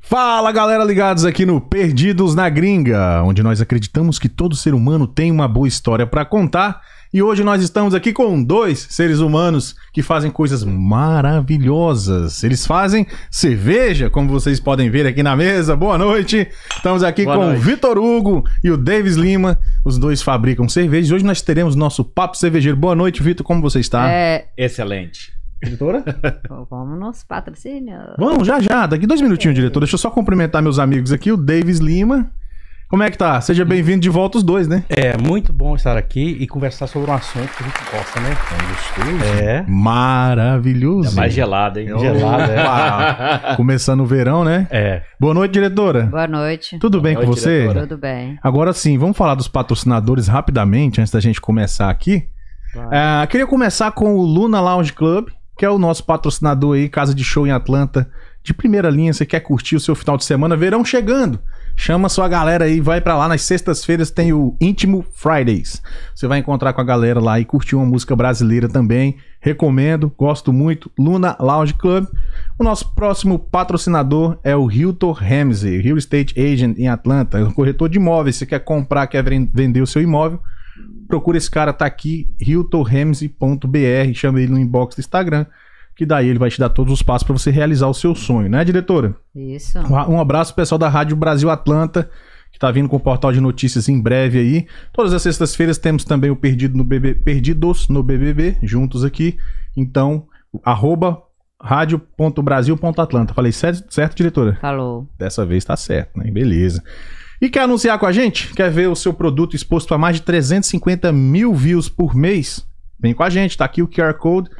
Fala galera ligados aqui no Perdidos na Gringa, onde nós acreditamos que todo ser humano tem uma boa história pra contar. E hoje nós estamos aqui com dois seres humanos que fazem coisas maravilhosas. Eles fazem cerveja, como vocês podem ver aqui na mesa. Boa noite. Estamos aqui Boa com o noite. Vitor Hugo e o Davis Lima. Os dois fabricam cerveja. E Hoje nós teremos nosso papo cervejeiro. Boa noite, Vitor. Como você está? É, Excelente. Editora? vamos nos patrocínios. Vamos, já, já. Daqui dois minutinhos, diretor. Deixa eu só cumprimentar meus amigos aqui, o Davis Lima. Como é que tá? Seja bem-vindo de volta os dois, né? É muito bom estar aqui e conversar sobre um assunto que a gente gosta, né? um né? É. Maravilhoso. Tá mais gelado, hein? Eu- Gelado, é. Opa. Começando o verão, né? É. Boa noite, diretora. Boa noite. Tudo bem Boa com noite, você? diretora. Tudo bem. Agora sim, vamos falar dos patrocinadores rapidamente, antes da gente começar aqui. Claro. Ah, queria começar com o Luna Lounge Club, que é o nosso patrocinador aí, casa de show em Atlanta, de primeira linha. Você quer curtir o seu final de semana? Verão chegando. Chama sua galera aí, vai pra lá. Nas sextas-feiras tem o Íntimo Fridays. Você vai encontrar com a galera lá e curtir uma música brasileira também. Recomendo, gosto muito. Luna Lounge Club. O nosso próximo patrocinador é o Hilton Ramsey, Real Estate Agent em Atlanta, é um corretor de imóveis. Você quer comprar, quer ven- vender o seu imóvel? Procura esse cara, tá aqui, hiltonramsey.br, chama ele no inbox do Instagram, que daí ele vai te dar todos os passos para você realizar o seu sonho, né, diretora? Isso. Um um abraço pro pessoal da Rádio Brasil Atlanta, que tá vindo com o portal de notícias em breve aí. Todas as sextas-feiras temos também o Perdido no BB, Perdidos no BBB, juntos aqui. Então, arroba rádio.brasil.atlanta. Falei certo, certo, diretora? Falou. Dessa vez tá certo, né? Beleza. E quer anunciar com a gente? Quer ver o seu produto exposto a mais de 350 mil views por mês? Vem com a gente, tá aqui o QR Code.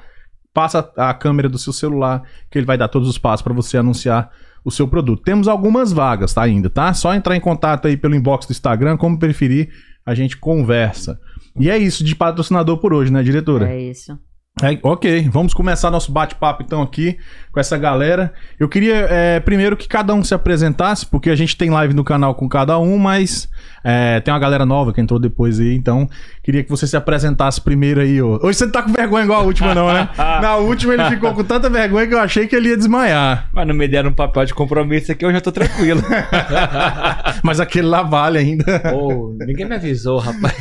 Passa a câmera do seu celular, que ele vai dar todos os passos para você anunciar o seu produto. Temos algumas vagas tá, ainda, tá? Só entrar em contato aí pelo inbox do Instagram, como preferir, a gente conversa. E é isso de patrocinador por hoje, né, diretora? É isso. É, ok, vamos começar nosso bate-papo então aqui com essa galera. Eu queria é, primeiro que cada um se apresentasse, porque a gente tem live no canal com cada um, mas é, tem uma galera nova que entrou depois aí, então queria que você se apresentasse primeiro aí. Ô. Hoje você não tá com vergonha igual a última, não, né? Na última ele ficou com tanta vergonha que eu achei que ele ia desmaiar. Mas não me deram um papel de compromisso aqui, eu já tô tranquilo. Mas aquele lá vale ainda. Pô, ninguém me avisou, rapaz.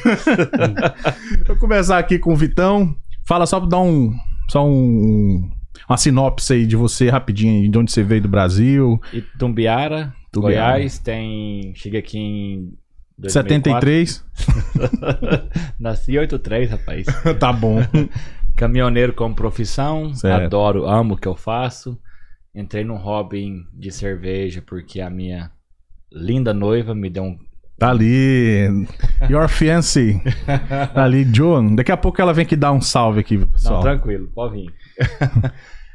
Vou começar aqui com o Vitão. Fala só pra dar um. Só um. Uma sinopse aí de você rapidinho, aí, de onde você veio do Brasil. E Tumbiara, Tumbiara. Goiás, tem. Cheguei aqui em. 2004. 73. Nasci em 83, rapaz. tá bom. Caminhoneiro como profissão. Certo. Adoro, amo o que eu faço. Entrei num hobby de cerveja porque a minha linda noiva me deu um. Tá ali. Your fiancé. Tá ali, Joan. Daqui a pouco ela vem aqui dar um salve aqui, Não, pessoal. tranquilo, pode vir.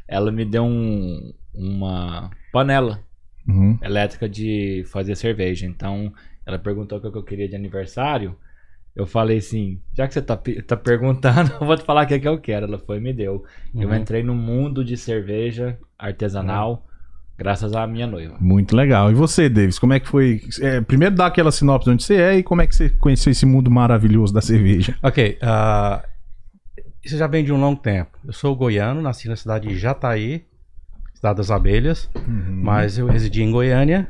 Ela me deu um, uma panela. Uhum. elétrica de fazer cerveja. Então, ela perguntou o que eu queria de aniversário. Eu falei assim, já que você tá, pe- tá perguntando, eu vou te falar o que, é que eu quero. Ela foi e me deu. Eu entrei no mundo de cerveja artesanal graças à minha noiva. Muito legal. E você, Davis, como é que foi? É, primeiro dá aquela sinopse onde você é e como é que você conheceu esse mundo maravilhoso da cerveja. Ok. ah, isso já vem de um longo tempo. Eu sou goiano, nasci na cidade de Jataí, cidade das abelhas, Uhum. mas eu residi em Goiânia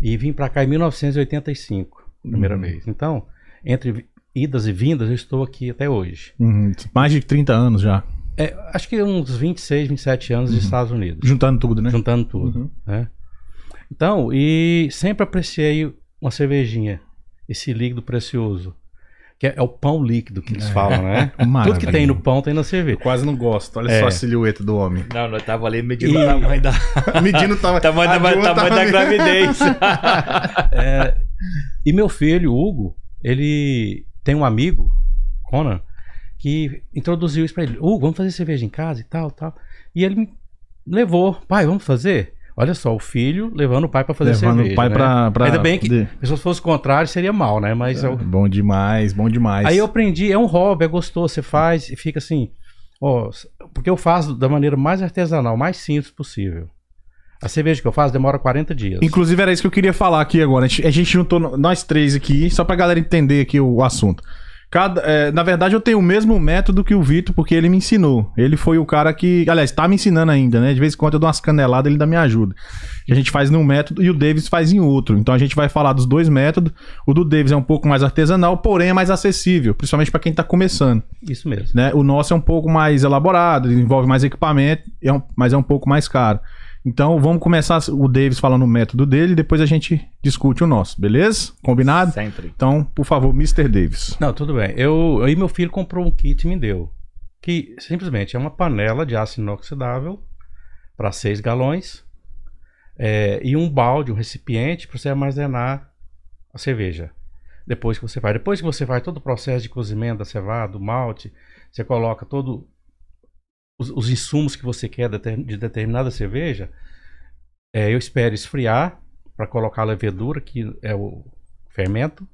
e vim pra cá em 1985, primeira Uhum. vez. Então, entre vi- idas e vindas, eu estou aqui até hoje. Uhum. Mais de 30 anos já. É, acho que uns 26, 27 anos dos Estados Unidos, Juntando tudo, Uhum. né? juntando tudo. Uhum. né? Então, e sempre apreciei uma cervejinha, esse líquido precioso, que é, é o pão líquido que eles É. falam, né? Tudo que Uhum. Maravilha. tem no pão tem na cerveja. Quase não gosto. Olha É. só a silhueta do homem. Não, nós tava ali medindo E- o tamanho da, Medindo tava. tamanho da, a Joan tamanho tava da me- gravidez. E meu filho, Hugo, ele tem um amigo, Conan, que introduziu isso pra ele. Hugo, vamos fazer cerveja em casa e tal, tal. E ele me levou, pai, vamos fazer? Olha só, o filho levando o pai pra fazer Levando cerveja. o pai né? pra, pra. Ainda bem que- Pessoal, se fosse o contrário, seria mal, né? Mas eu- Bom demais, bom demais. Aí eu aprendi, é um hobby, é gostoso, você faz e fica assim, ó, s- porque eu faço da maneira mais artesanal, mais simples possível. A cerveja que eu faço demora 40 dias. Inclusive, era isso que eu queria falar aqui agora. A gente, a gente juntou no- nós três aqui, só pra galera entender aqui o, o assunto. Cada, é, na verdade, eu tenho o mesmo método que o Vitor, porque ele me ensinou. Ele foi o cara que. Aliás, tá me ensinando ainda, né? De vez em quando eu dou umas caneladas, ele ainda me ajuda. A gente faz num método e o Davis faz em outro. Então a gente vai falar dos dois métodos. O do Davis é um pouco mais artesanal, porém é mais acessível, principalmente para quem tá começando. Isso mesmo. né? O nosso é um pouco mais elaborado, ele envolve mais equipamento, é um- mas é um pouco mais caro. Então vamos começar o Davis falando o método dele, depois a gente discute o nosso, beleza? Combinado? Sempre. Então, por favor, Mr. Davis. Não, tudo bem. Eu, eu e meu filho comprou um kit e me deu. Que simplesmente é uma panela de aço inoxidável para 6 galões é, e um balde, um recipiente para você armazenar a cerveja. Depois que você faz. Depois que você faz todo o processo de cozimento da cevada, do malte, você coloca todo os, os insumos que você quer deter- de determinada cerveja. é, eu espero esfriar para colocar a levedura, que é o fermento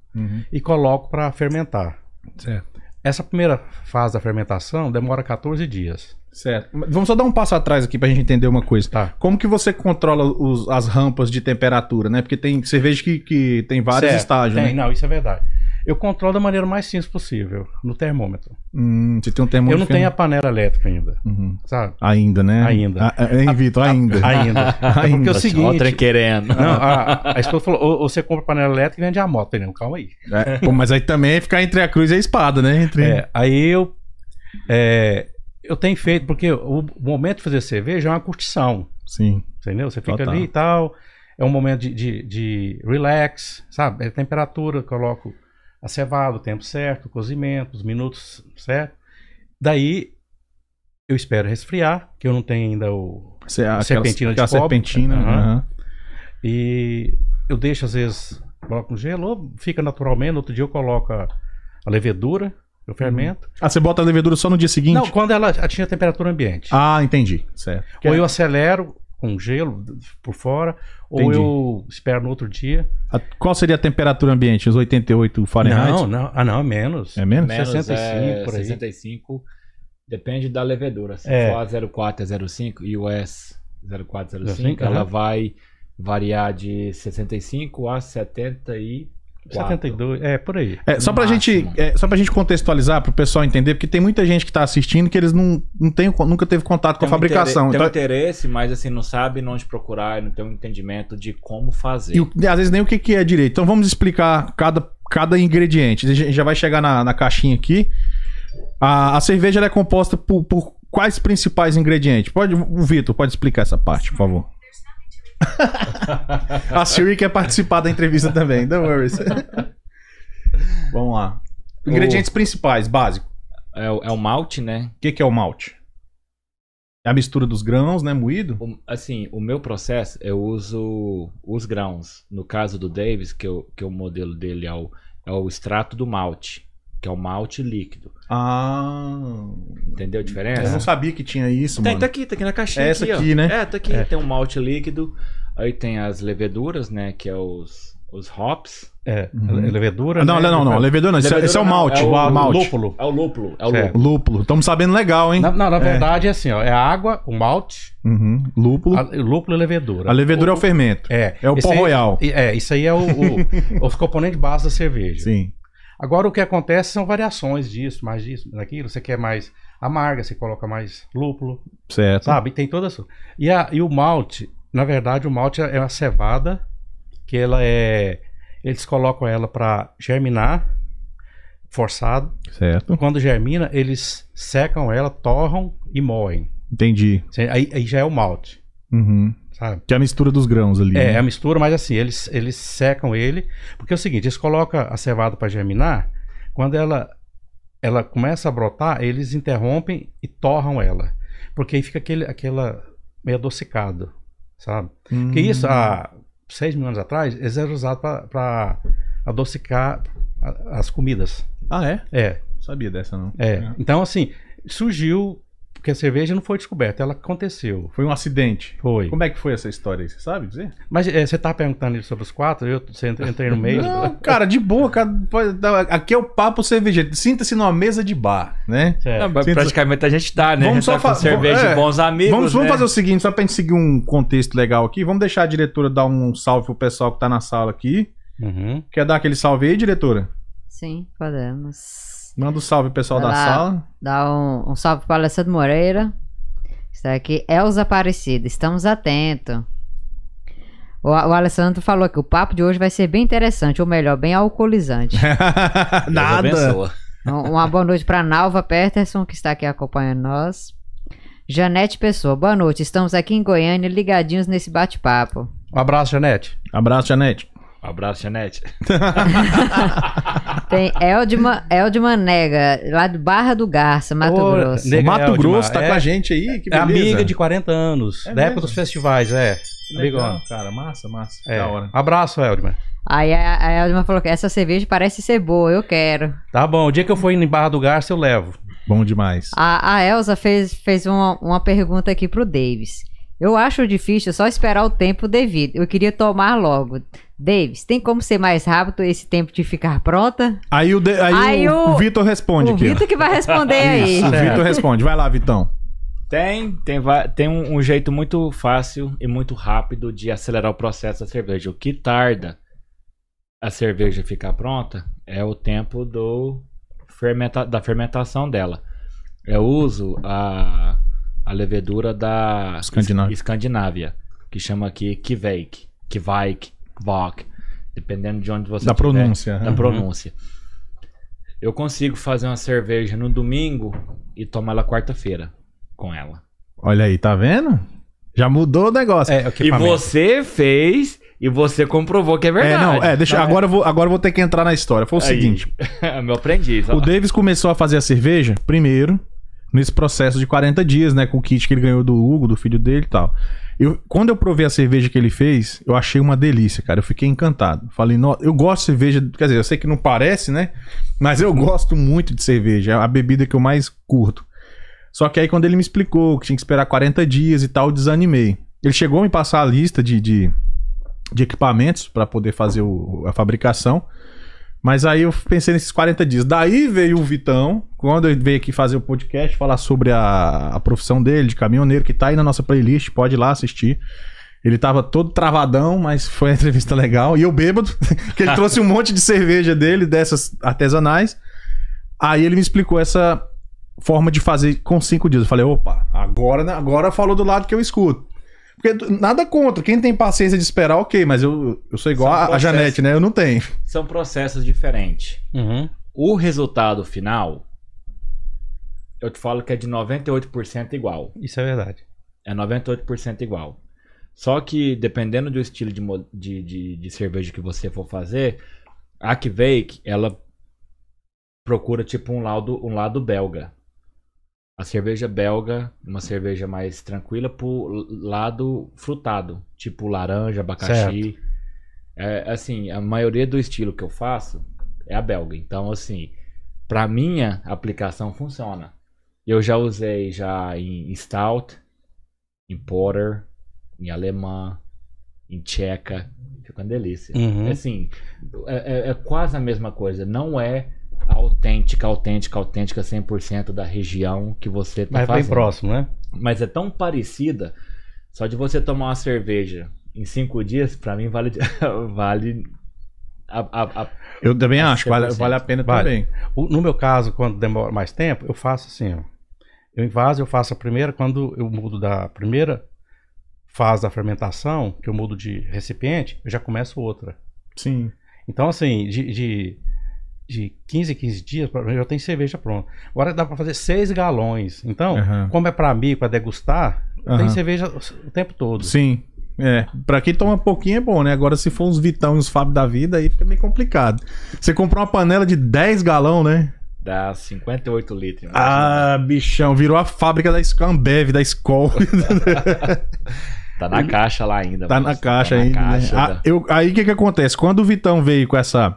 e coloco para fermentar. Certo. Essa primeira fase da fermentação demora 14 dias. Certo. Mas Vamos só dar um passo atrás aqui pra gente entender uma coisa. Tá. Como que você controla os- as rampas de temperatura, né? Porque tem cerveja que, que tem vários Certo, estágios, Tem, né? não, isso é verdade. Eu controlo da maneira mais simples possível, no termômetro. Hum, você tem um termo eu não tenho a panela elétrica ainda, Uhum. sabe? Ainda, né? Ainda. Ah, A, a- hein, Vitor? Ainda. Ainda. É porque Ainda. assim, é o Ó, o trem seguinte. querendo. Não, a, a esposa falou: ou, ou você compra panela elétrica e vende a moto. Eu falei, Não, calma aí. É, pô, mas aí também é ficar entre a cruz e a espada, né? Entre... É, aí eu. é, eu tenho feito, porque o momento de fazer cerveja é uma curtição. Sim. Entendeu? Você fica Total. ali e tal. É um momento de, de, de relax, sabe? É temperatura, eu coloco a cevada, o tempo certo, o cozimento, os minutos certo. Daí eu espero resfriar, que eu não tenho ainda o. Você- aquela- Serpentina de aquela cobre. serpentina. Aham. aham. E eu deixo, às vezes, coloco no gelo, ou fica naturalmente, no outro dia eu coloco a, a levedura, eu fermento. Ah, você bota a levedura só no dia seguinte? Não, quando ela atinge a temperatura ambiente. Ah, é. entendi. Certo. ou eu acelero com gelo por fora, ou Entendi. eu espero no outro dia. A- qual seria a temperatura ambiente? Os 88 Fahrenheit? Não, não, ah, não, é menos. É menos? Menos 65 é, por aí. 65, depende da levedura. Se É. for a 04 a 05 e o S0405, 05, ela aham. vai variar de 65 a 74. 72, é por aí. É, só No pra, máximo. gente, é, só pra gente contextualizar, pro pessoal entender, porque tem muita gente que tá assistindo que eles não, não tem, nunca teve contato com a um fabricação. intere- Tem um Então, interesse, mas assim, não sabe onde procurar, não tem um entendimento de como fazer. e o- às vezes nem o que, que é direito. Então vamos explicar cada, cada ingrediente. A gente já vai chegar na, na caixinha aqui. A, a cerveja ela é composta por, por quais principais ingredientes? Pode, o Vitor, pode explicar essa parte, por favor. a Siri quer participar da entrevista também, don't worry. vamos lá. Ingredientes principais, básico. É, o- é o malte, né? O que, que é o malte? É a mistura dos grãos, né? Moído? O- assim, o meu processo, eu uso os grãos. No caso do Davis, que, eu, que o modelo dele é o, é o extrato do malte, que é o malte líquido. Ah. É. Entendeu a Eu não diferença? sabia que tinha isso, Tem, mano. tá aqui, tá aqui na caixinha. É essa aqui, ó. né? É, tá aqui. É. Tem o malte líquido, aí tem as leveduras, né? Que é os, os hops. É, Uhum. é levedura. Ah, não, né? não, não, não. Levedura não. Esse, é- Levedura esse é o não, malte. é o, o malte. Lúpulo. É o lúpulo, é o Certo. lúpulo. Lúpulo. Estamos sabendo legal, hein? Na, não, na verdade é assim, ó, é água, o malte, Uhum. Lúpulo. a, A, o lúpulo e levedura. levedura é o fermento. É, É o esse pó aí- royal. É, isso aí é o, o- os componentes base da cerveja. Sim. Agora o que acontece são variações disso, mais disso, daquilo. Você quer mais amarga, você coloca mais lúpulo, Certo. sabe? Tem toda essa. E, a- e o malte, na verdade, o malte é uma cevada que ela é. Eles colocam ela para germinar, forçado. Certo. Quando germina, eles secam ela, torram e moem. Entendi. Cê- Aí, aí já é o malte, Uhum. sabe? Que é a mistura dos grãos ali. É, é né? a mistura, mas assim, eles, eles secam ele. Porque é o seguinte, eles colocam a cevada para germinar, quando ela, ela começa a brotar, eles interrompem e torram ela. Porque aí fica aquele, aquela meio adocicado, sabe? Hum. Porque isso, Ah. há 6 mil anos atrás, eles eram usados para adocicar a- as comidas. Ah, é? É, Não sabia dessa, não. é. Então, assim, surgiu, porque a cerveja não foi descoberta, ela aconteceu. Foi um acidente. Foi. Como é que foi essa história aí? Você sabe dizer? Mas é, você tá perguntando sobre os quatro, eu você entra- entrei no meio. Não, cara, de boa. cara. Pode dar- Aqui é o papo cervejeiro. Sinta-se numa mesa de bar, né? É. Não, mas Sim, praticamente a gente tá, né? Vamos A gente só tá fa- com cerveja vamos- é. e bons amigos. vamos, vamos né? fazer o seguinte, só pra gente seguir um contexto legal aqui. Vamos deixar a diretora dar um salve pro pessoal que tá na sala aqui. Uhum. Quer dar aquele salve aí, diretora? Sim, podemos. Manda um salve, pessoal da Vai lá. sala. Dá um, um salve para Alessandro Moreira. Está aqui, Elza Aparecida. Estamos atentos. O, o Alessandro falou que o papo de hoje vai ser bem interessante, ou melhor, bem alcoolizante. Deus Nada. abençoa. Um- Uma boa noite para Nalva Peterson, que está aqui acompanhando nós. Janete Pessoa, boa noite. Estamos aqui em Goiânia, ligadinhos nesse bate-papo. Um abraço, Janete. Abraço, Janete. Um abraço, Janete. Tem Eldman, Eldman Nega, lá de Barra do Garça, Mato Ô, Grosso. Nega o Mato Eldmar, Grosso tá é- com a gente aí. Que beleza. É amiga de 40 anos, É da época mesmo? dos festivais, é. Legal, Amigona. cara. Massa, massa. é. Da hora. Abraço, Eldman. Aí a, a Eldman falou que essa cerveja parece ser boa, eu quero. Tá bom, o dia que eu for indo em Barra do Garça, eu levo. Bom demais. A, a Elza fez, fez uma, uma pergunta aqui pro Davis. Eu acho difícil só esperar o tempo devido. Eu queria tomar logo. Davis, tem como ser mais rápido esse tempo de ficar pronta? Aí o, de- aí Aí o, o- Vitor responde o aqui. ó. Vitor que vai responder aí. é? Isso, o Vitor responde. Vai lá, Vitão. Tem, tem, va- tem um, um jeito muito fácil e muito rápido de acelerar o processo da cerveja. O que tarda a cerveja ficar pronta é o tempo do fermenta, da fermentação dela. Eu uso a, a levedura da Escandinávia. Es- Escandinávia, que chama aqui Kveik, Kveik, Kvok, dependendo de onde você Da tiver pronúncia. da né? pronúncia. Eu consigo fazer uma cerveja no domingo e tomar ela quarta-feira com ela. Olha aí, tá vendo? Já mudou o negócio. É, o E equipamento. você fez e você comprovou que é É, verdade. não, é, deixa, Tá? agora, eu vou, agora eu vou ter que entrar na história. Foi o Aí. seguinte: É, Meu aprendiz. ó o lá. Davis começou a fazer a cerveja primeiro, nesse processo de 40 dias, né? Com o kit que ele ganhou do Hugo, do filho dele e tal. Eu, quando eu provei a cerveja que ele fez, eu achei uma delícia, cara. Eu fiquei encantado. Falei, "Nó, eu gosto de cerveja. Quer dizer, eu sei que não parece, né? Mas eu gosto muito de cerveja. É a bebida que eu mais curto. Só que aí, quando ele me explicou que tinha que esperar 40 dias e tal, eu desanimei. Ele chegou a me passar a lista de, de, de equipamentos para poder fazer o- a fabricação. Mas aí eu pensei nesses 40 dias. Daí veio o Vitão, quando ele veio aqui fazer o podcast, falar sobre a, a profissão dele, de caminhoneiro, que tá aí na nossa playlist, pode ir lá assistir. Ele tava todo travadão, mas foi uma entrevista legal. E eu bêbado, que ele trouxe um monte de cerveja dele, dessas artesanais. Aí ele me explicou essa forma de fazer com cinco dias. Eu falei, opa, agora, agora falou do lado que eu escuto. Porque tu- nada contra, quem tem paciência de esperar, ok, mas eu, eu sou igual São a, a processos. Janete, né? Eu não tenho. São processos diferentes. Uhum. O resultado final, eu te falo que é de 98% igual. Isso é verdade. É 98% igual. Só que, dependendo do estilo de, mo- de, de, de cerveja que você for fazer, a Kvake, ela procura, tipo, um lado, um lado belga. A cerveja belga, uma cerveja mais tranquila, pro lado frutado. Tipo laranja, abacaxi. É, assim, a maioria do estilo que eu faço é a belga. Então, assim, pra minha aplicação funciona. Eu já usei já em stout, em porter, em alemã, em tcheca. Fica uma delícia. Uhum. Assim, é, é- é quase a mesma coisa. Não é autêntica, autêntica, autêntica 100% da região que você tá Mas bem fazendo. próximo, né? Mas é tão parecida, só de você tomar uma cerveja em cinco dias, pra mim vale, vale a, a- a- Eu também acho, que vale, 100%. vale a pena Vale. também. O- no meu caso, quando demora mais tempo, eu faço assim, ó. Eu invaso, eu faço a primeira, quando eu mudo da primeira fase da fermentação, que eu mudo de recipiente, eu já começo outra. Sim. Então, assim, de, de, de 15 em 15 dias, pra- eu já tenho cerveja pronta. Agora dá pra fazer 6 galões. Então, Aham. como é pra mim, pra degustar, tem Aham. cerveja o tempo todo. Sim. É, pra quem toma pouquinho é bom, né? Agora, se for uns Vitão e uns Fábio da vida, aí fica meio complicado. Você comprou uma panela de 10 galão, né? dá 58 litros. Ah, bichão, virou a fábrica da Scambev, da Skol. tá na caixa lá ainda. Então Tá na mas caixa tá na ainda. né? caixa, Ah, tá. eu- aí o que, que acontece? Quando o Vitão veio com essa,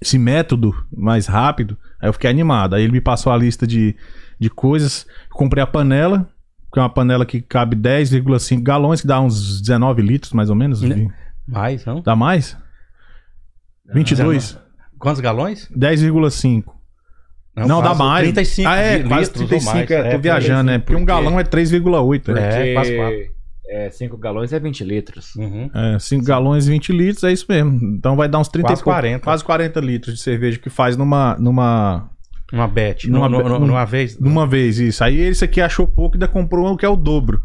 esse método mais rápido, aí eu fiquei animado. Aí ele me passou a lista de, de coisas. Comprei a panela, que é uma panela que cabe 10,5 galões, que dá uns 19 litros mais ou menos. Né? de- Mais, não? Dá mais? Ah, 22? Quantos galões? 10,5. Não, dá quase mais. 35 ah, é, de quase litros ou 35. mais. é, tô É, viajando, né? Porque um porque- galão é 3,8. né? É, quase Porque quatro. é, 5 galões é 20 litros. Uhum. É, 5 galões, 20 litros, é isso mesmo. Então vai dar uns 30 Quase e pouco- 40. quase 40 litros de cerveja que faz numa, numa Numa bet. Numa Numa, bet- num- numa vez. Numa vez, isso. Aí esse aqui achou pouco e ainda comprou um que é o dobro.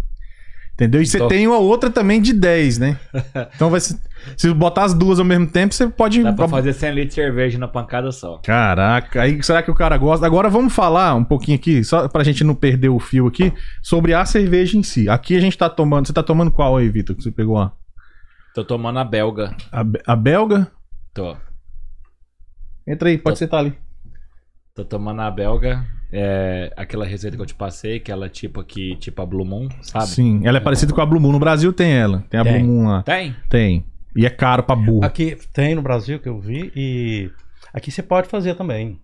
Entendeu? E você Então- tem uma outra também de 10, né? Então vai se, se botar as duas ao mesmo tempo, você pode. Dá pra fazer 100 litros de cerveja na pancada só. Caraca, aí será que o cara gosta? Agora vamos falar um pouquinho aqui, só pra gente não perder o fio aqui, sobre a cerveja em si. Aqui a gente tá tomando. Você tá tomando qual aí, Vitor? Que você pegou lá? Tô tomando a belga. A, be- a belga? Tô. Entra aí, pode sentar ali. Tô tomando a belga. É, aquela receita que eu te passei, que ela é tipo aqui, tipo a Blue Moon, sabe? Sim, ela é parecida com a Blue Moon. No Brasil tem ela. Tem a Tem. Blue Moon lá. Tem? Tem. E é caro pra burro. Aqui tem no Brasil que eu vi e aqui você pode fazer também.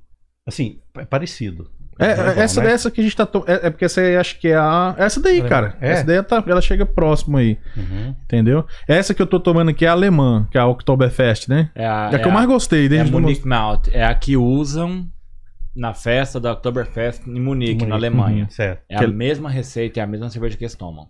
Assim, é parecido. É, Não é, igual, essa, né? essa que a gente tá tomando. É, é porque essa aí acho que é a. Essa daí, Alemã. cara. É? Essa daí tá, ela chega próximo aí. Uhum. Entendeu? Essa que eu tô tomando aqui é a alemã, que é a Oktoberfest, né? É a, É, a que eu mais gostei, é a desde o Munich Malt. É a que usam na festa da Oktoberfest em Munique, Munique, na Alemanha. Certo. É uhum. Que- a mesma receita, é a mesma cerveja que eles tomam.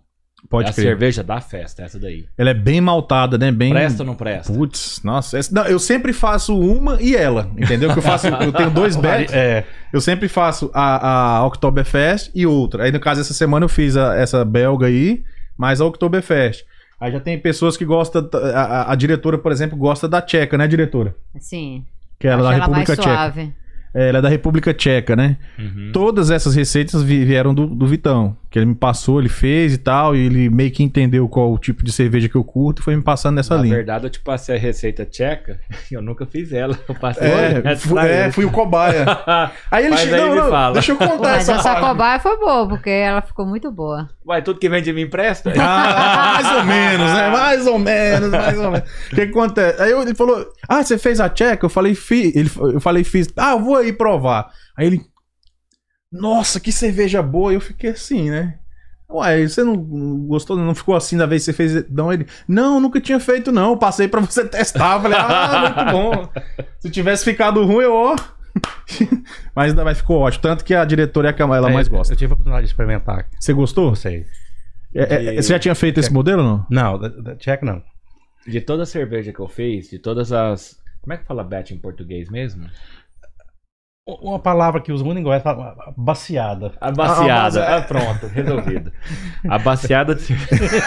Pode é a crer. cerveja da festa, essa daí. Ela é bem maltada, né? Bem. Presta ou não presta? Putz, nossa. essa- não, eu sempre faço uma e ela, entendeu? Que eu faço, eu tenho dois bets, É, eu sempre faço a, a Oktoberfest e outra. Aí, no caso, essa semana eu fiz a- essa belga aí, mais a Oktoberfest. Aí já tem pessoas que gostam, da- a, a- a diretora, por exemplo, gosta da tcheca, né, diretora? Sim. Que ela é da acho ela mais República Tcheca. suave. É, ela é da República Tcheca, né? Uhum. Todas essas receitas vi- vieram do, do Vitão, que ele me passou, ele fez e tal, e ele meio que entendeu qual o tipo de cerveja que eu curto e foi me passando nessa Na linha. verdade, é eu te passei a receita tcheca e eu nunca fiz ela. Eu passei É, essa fu- pra é, ele. fui o cobaia. Aí ele Mas chega. aí Não, me não, fala. deixa eu Pô, contar Mas essa essa parte. cobaia foi boa, porque ela ficou muito boa. Uai, tudo que vem de mim presta? Ah, mais ou menos, né? Mais ou menos, mais ou menos. O que que acontece? Aí eu- ele falou: Ah, você fez a check? Eu falei, fiz. Ele, eu falei, fiz. Ah, eu vou aí provar. Aí ele. Nossa, que cerveja boa! Eu fiquei assim, né? Uai, você não gostou? Não ficou assim da vez que você fez? Não, ele. Não, nunca tinha feito, não. Eu Passei pra você testar. Eu falei, ah, muito bom. Se tivesse ficado ruim, eu, ó. Mas ainda mais ficou ótimo. Tanto que a diretora é a que ela é, mais gosta. Eu tive a oportunidade de experimentar. Você gostou? Gostei. É, é, você já tinha feito esse modelo ou não? Não, da, da Tcheca não. De toda a cerveja que eu fiz, de todas as. Como é que fala bet em português mesmo? U- Uma palavra que os muningóis falam, a- a- ah, baciada. A baciada. Ah, Ah, pronto, resolvido. A baciada de cerveja.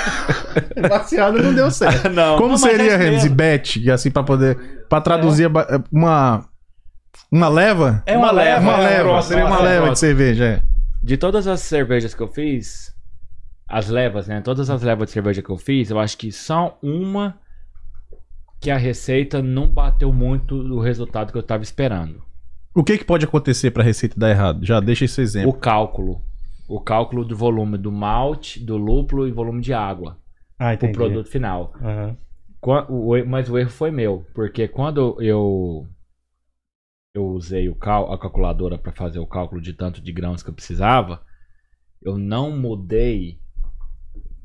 Baseado não deu certo. Não. Como não, mas seria, é isso Ramsey, mesmo. bet, assim, pra poder. pra traduzir a ba- uma. Uma leva? É uma leva, Uma é, leva, próximo, seria uma é, leva de próximo. cerveja, é. De todas as cervejas que eu fiz, as levas, né? Todas as levas de cerveja que eu fiz, eu acho que só uma que a receita não bateu muito o resultado que eu tava esperando. O que, que pode acontecer pra receita dar errado? Já deixa esse exemplo. O cálculo. O cálculo do volume do malte, do lúpulo e volume de água Ah, pro entendi. produto final. Aham. Qua- o er- Mas o erro foi meu, porque quando eu eu usei o cal- a calculadora para fazer o cálculo de tanto de grãos que eu precisava, eu não mudei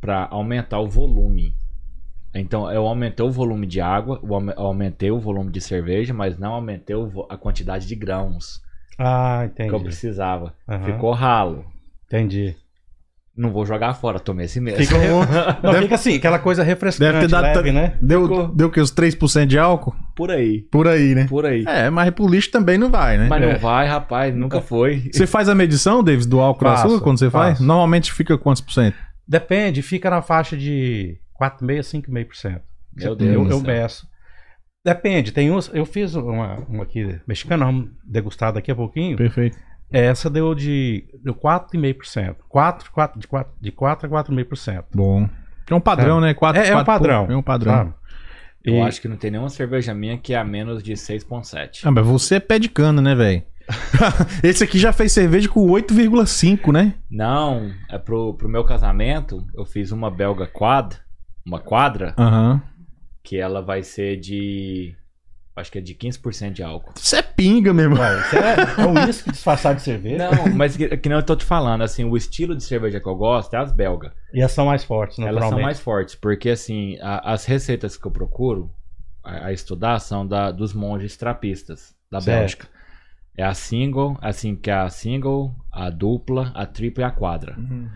para aumentar o volume. Então eu aumentei o volume de água, eu aume- aumentei o volume de cerveja, mas não aumentei o vo- a quantidade de grãos Ah, que eu entendi. precisava. Aham. Ficou ralo. Entendi. Não vou jogar fora, tomei esse mesmo. Fica, um, não, Deve- fica assim, aquela coisa refrescante, deve ter dado leve, né? Deu, Ficou. deu o que? Uns 3% de álcool? Por aí, Por aí, né? por aí. É, mas pro lixo também não vai, né? Mas não É. vai, rapaz, nunca foi. Você faz a medição, Davis, do álcool da Faço, açúcar quando você faz? faço. Normalmente fica quantos por cento? Depende, fica na faixa de 4,5%, 5,5%. Meu Deus. Eu, do eu céu. meço. Depende, tem uns. Eu fiz uma, uma aqui mexicana, vamos degustar daqui a pouquinho. É, Perfeito. Essa deu de deu 4,5%. 4, 4, de 4, de 4 a 4,5%. Bom. É um padrão, né? Quatro, É, é um quatro e padrão. pouco. É um padrão. sabe? Eu E- acho que não tem nenhuma cerveja minha que é a menos de 6.7. Ah, mas você é pé de cana, né, velho? Esse aqui já fez cerveja com 8,5, né? Não, é pro, pro meu casamento, eu fiz uma belga quad, uma quadra, Aham. que ela vai ser de. Acho que é de 15% de álcool. Você é pinga, meu irmão. Ué, isso é, é um uísque disfarçado de cerveja. Não, mas que, que nem eu tô te falando, assim, o estilo de cerveja que eu gosto é as belgas. E as são mais fortes, Elas naturalmente. são mais fortes, porque assim, a- as receitas que eu procuro a, a estudar são da, dos monges trapistas da Certo. Bélgica. É a single, assim, que é a single, a dupla, a tripla e a quadra. Uhum.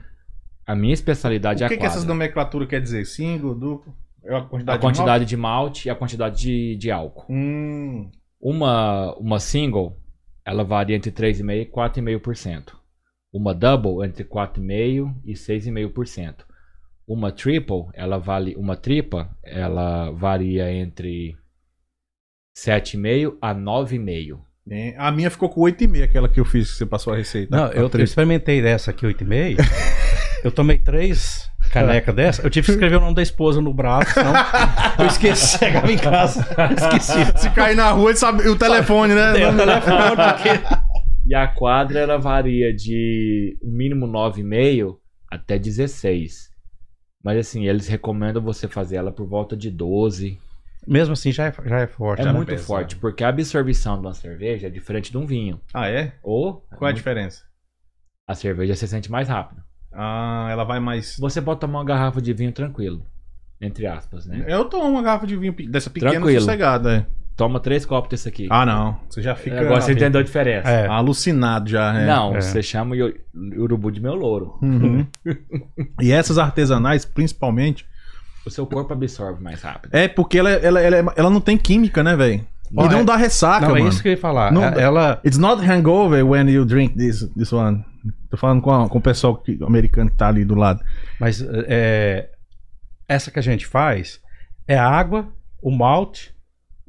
A minha especialidade é a quadra. nomenclaturas quer dizer? Single, duplo? É a quantidade a quantidade de malte e a quantidade de, de álcool. Hum. Uma, uma single, ela varia entre 3,5% e 4,5%. Uma double entre 4,5% e 6,5%. Uma triple, ela vale uma tripa, ela varia entre 7,5 a 9,5. É, A minha ficou com 8,5, aquela que eu fiz que você passou a receita. Tá Tá Não, eu, eu três. experimentei dessa aqui, 8,5. eu tomei três canecas dessa. Eu tive que escrever o nome da esposa no braço, senão eu esqueci. Chegava em casa, esqueci. Se cair na rua, ele sabe. E o telefone, né? Dei o telefone, porque... E a quadra ela varia de o mínimo 9,5 até 16. Mas assim, eles recomendam você fazer ela por volta de 12. Mesmo assim, já é, já é forte. É né? muito pesa. forte, porque a absorção de uma cerveja é diferente de um vinho. Ah, é? Ou Qual é a diferença? a cerveja você sente mais rápido. Ah, ela vai mais. Você pode tomar uma garrafa de vinho tranquilo, entre aspas, né? Eu tomo uma garrafa de vinho pe- dessa pequena Tranquilo. sossegada. é. Toma três copos desse aqui. Ah, não. Você já fica Agora você entendeu a diferença. É. alucinado já. É. Não, É. você chama o o urubu de meu louro. Uhum. e essas artesanais, principalmente, O seu corpo absorve mais rápido. é porque ela, ela, ela, ela não tem química, né, velho? Ó, E não é- dá ressaca, Não, mano. é isso que eu ia falar. Ah, Não É- dá. ela. It's not hangover when you drink this, this one. Tô falando com, a- com o pessoal que- americano que tá ali do lado. Mas é, essa que a gente faz é a água, o malte,